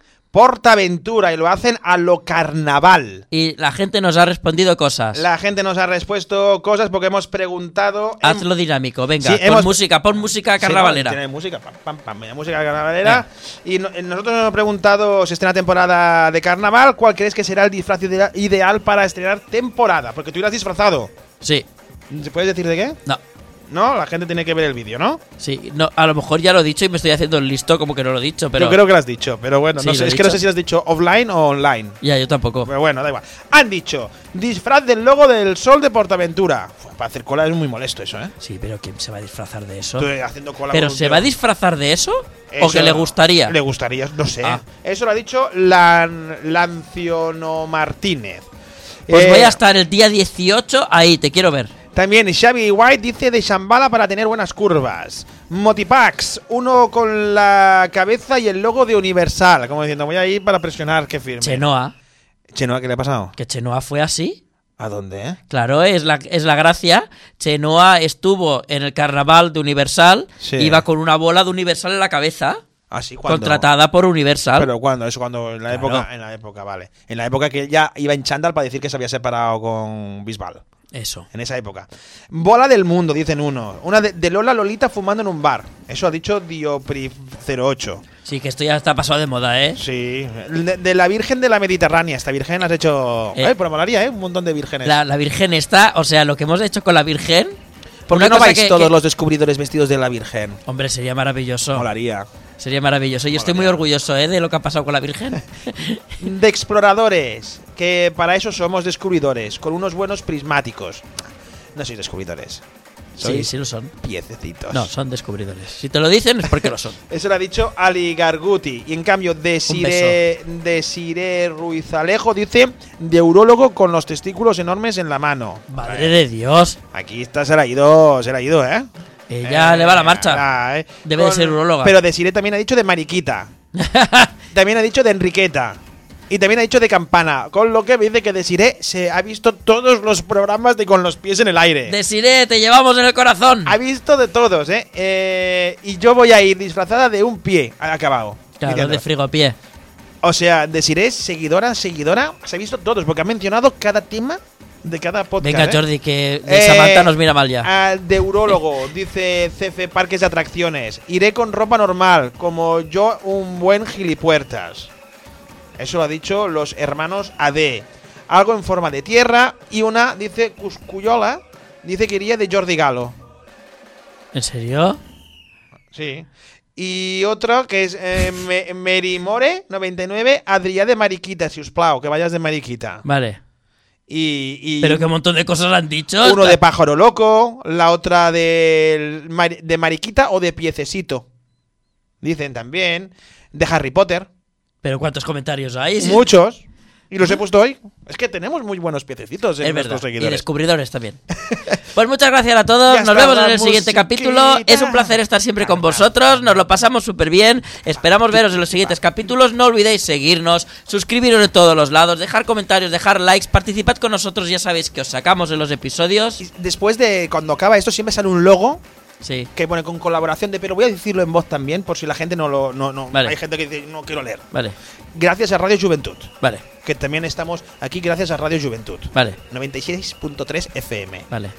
Portaventura y lo hacen a lo carnaval. Y la gente nos ha respondido cosas. La gente nos ha respuesto cosas porque hemos preguntado. en- Hazlo dinámico, venga, em- Sí, pon hemos- música, pon música Sí, no, carnavalera. Eh. tiene música, pam, pam, pam, mira, música carnavalera. Y no- eh, nosotros hemos preguntado si estrena temporada de carnaval, ¿cuál crees que será el disfraz ide- ideal para estrenar temporada? Porque tú irás disfrazado. Sí, ¿Se puede decir de qué? no, No, la gente tiene que ver el vídeo, ¿no? sí, no, a lo mejor ya lo he dicho y me estoy haciendo el listo como que no lo he dicho, pero. Yo creo que lo has dicho, pero bueno, Sí, no lo sé, he es que no dicho. sé si lo has dicho offline o online. Ya, yo tampoco. Pero bueno, da igual. Han dicho, disfraz del logo del sol de Portaventura. Fue, para hacer cola es muy molesto eso, ¿eh? Sí, pero ¿quién se va a disfrazar de eso? Tú, eh, haciendo cola ¿Pero con un se tío. va a disfrazar de eso? ¿O Eso que le gustaría? Le gustaría, no sé. Ah. Eso lo ha dicho Lan- Lanciono Martínez. Pues Eh, voy a estar el día 18 ahí, te quiero ver. También Xavi White dice de Shambhala para tener buenas curvas. Motipax, uno con la cabeza y el logo de Universal. Como diciendo, voy a ir para presionar que firme. Chenoa, Chenoa, ¿qué le ha pasado? que Chenoa fue así. ¿A dónde? eh? Claro, es la, es la gracia. Chenoa estuvo en el carnaval de Universal, Sí. iba con una bola de Universal en la cabeza, Así Ah, cuando. contratada por Universal. Pero cuando, eso cuando, en la Claro. época, en la época, vale. En la época que él ya iba en chándal para decir que se había separado con Bisbal. Eso. En esa época. Bola del mundo, dicen uno. Una de, de Lola Lolita fumando en un bar. Eso ha dicho Diopri08. Sí, que esto ya está pasado de moda, ¿eh? Sí. De, de la Virgen de la Mediterránea. Esta Virgen la has hecho. Eh. Eh, pero molaría, ¿eh? Un montón de vírgenes. La, la Virgen está, o sea, lo que hemos hecho con la Virgen. ¿Por qué una no cosa vais que- todos que- los descubridores vestidos de la Virgen? Hombre, sería maravilloso. Molaría. Sería maravilloso. Yo estoy muy orgulloso, ¿eh? De lo que ha pasado con la Virgen. De exploradores, que para eso somos descubridores, con unos buenos prismáticos. No sois descubridores. sí, Sois sí lo son. piececitos. No, son descubridores. Si te lo dicen es porque lo son. Eso lo ha dicho Ali Garguti. Y en cambio, Desiree, Desiree Ruiz Alejo dice de urólogo con los testículos enormes en la mano. Madre de Dios. Aquí está, se la ha ido, se la ha ido, ¿eh? Ella le va la marcha. ala, eh. Debe de ser uróloga. Pero Desiree también ha dicho de mariquita. también ha dicho de Enriqueta. Y también ha dicho de campana. Con lo que dice que Desiree se ha visto todos los programas de Con los pies en el aire. Desiree, te llevamos en el corazón. Ha visto de todos, ¿eh? Eh, Y yo voy a ir disfrazada de un pie al acabado. Claro, Diciendo, de frigopié. O sea, Desiree, seguidora, seguidora, se ha visto todos, porque ha mencionado cada tema de cada podcast. Venga, ¿eh? Jordi, que Eh, Samantha nos mira mal ya. ah, de urólogo, dice CF Parques de Atracciones. Iré con ropa normal, como yo, un buen gilipuertas. Eso lo ha dicho los hermanos AD. Algo en forma de tierra y una, dice Cuscuyola, dice que iría de Jordi Galo. ¿En serio? Sí. Y otro que es eh, Me- Merimore 99, Adrià de Mariquita, si os plau, que vayas de Mariquita. Vale. Y, y Pero que un montón de cosas han dicho. uno de pájaro loco, la otra de, de mariquita o de piececito. Dicen también. De Harry Potter. Pero cuántos comentarios hay. Sí, Muchos. Y los he puesto hoy. Es que tenemos muy buenos piececitos en es verdad. nuestros Y seguidores. descubridores también. Pues muchas gracias a todos. Ya Nos está vemos en la el siguiente musiquita. capítulo. Es un placer estar siempre con vosotros. Nos lo pasamos súper bien. Esperamos veros en los siguientes capítulos. No olvidéis seguirnos, suscribiros de todos los lados, dejar comentarios, dejar likes, participad con nosotros. Ya sabéis que os sacamos en los episodios. Y Después de cuando acaba esto, siempre sale un logo Sí. que pone con colaboración de. Pero voy a decirlo en voz también, por si la gente no lo. No, no. Vale. Hay gente que dice, no quiero leer. Vale, Gracias a Radio Juventud. vale, Que también estamos aquí gracias a Radio Juventud. vale, 96.3 FM. vale.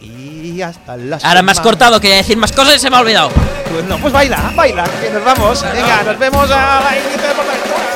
Y hasta la Ahora más semana- cortado, quería decir más cosas y se me ha olvidado. Pues no, pues baila, baila, que nos vamos. Venga, nos vemos a la índice de portal.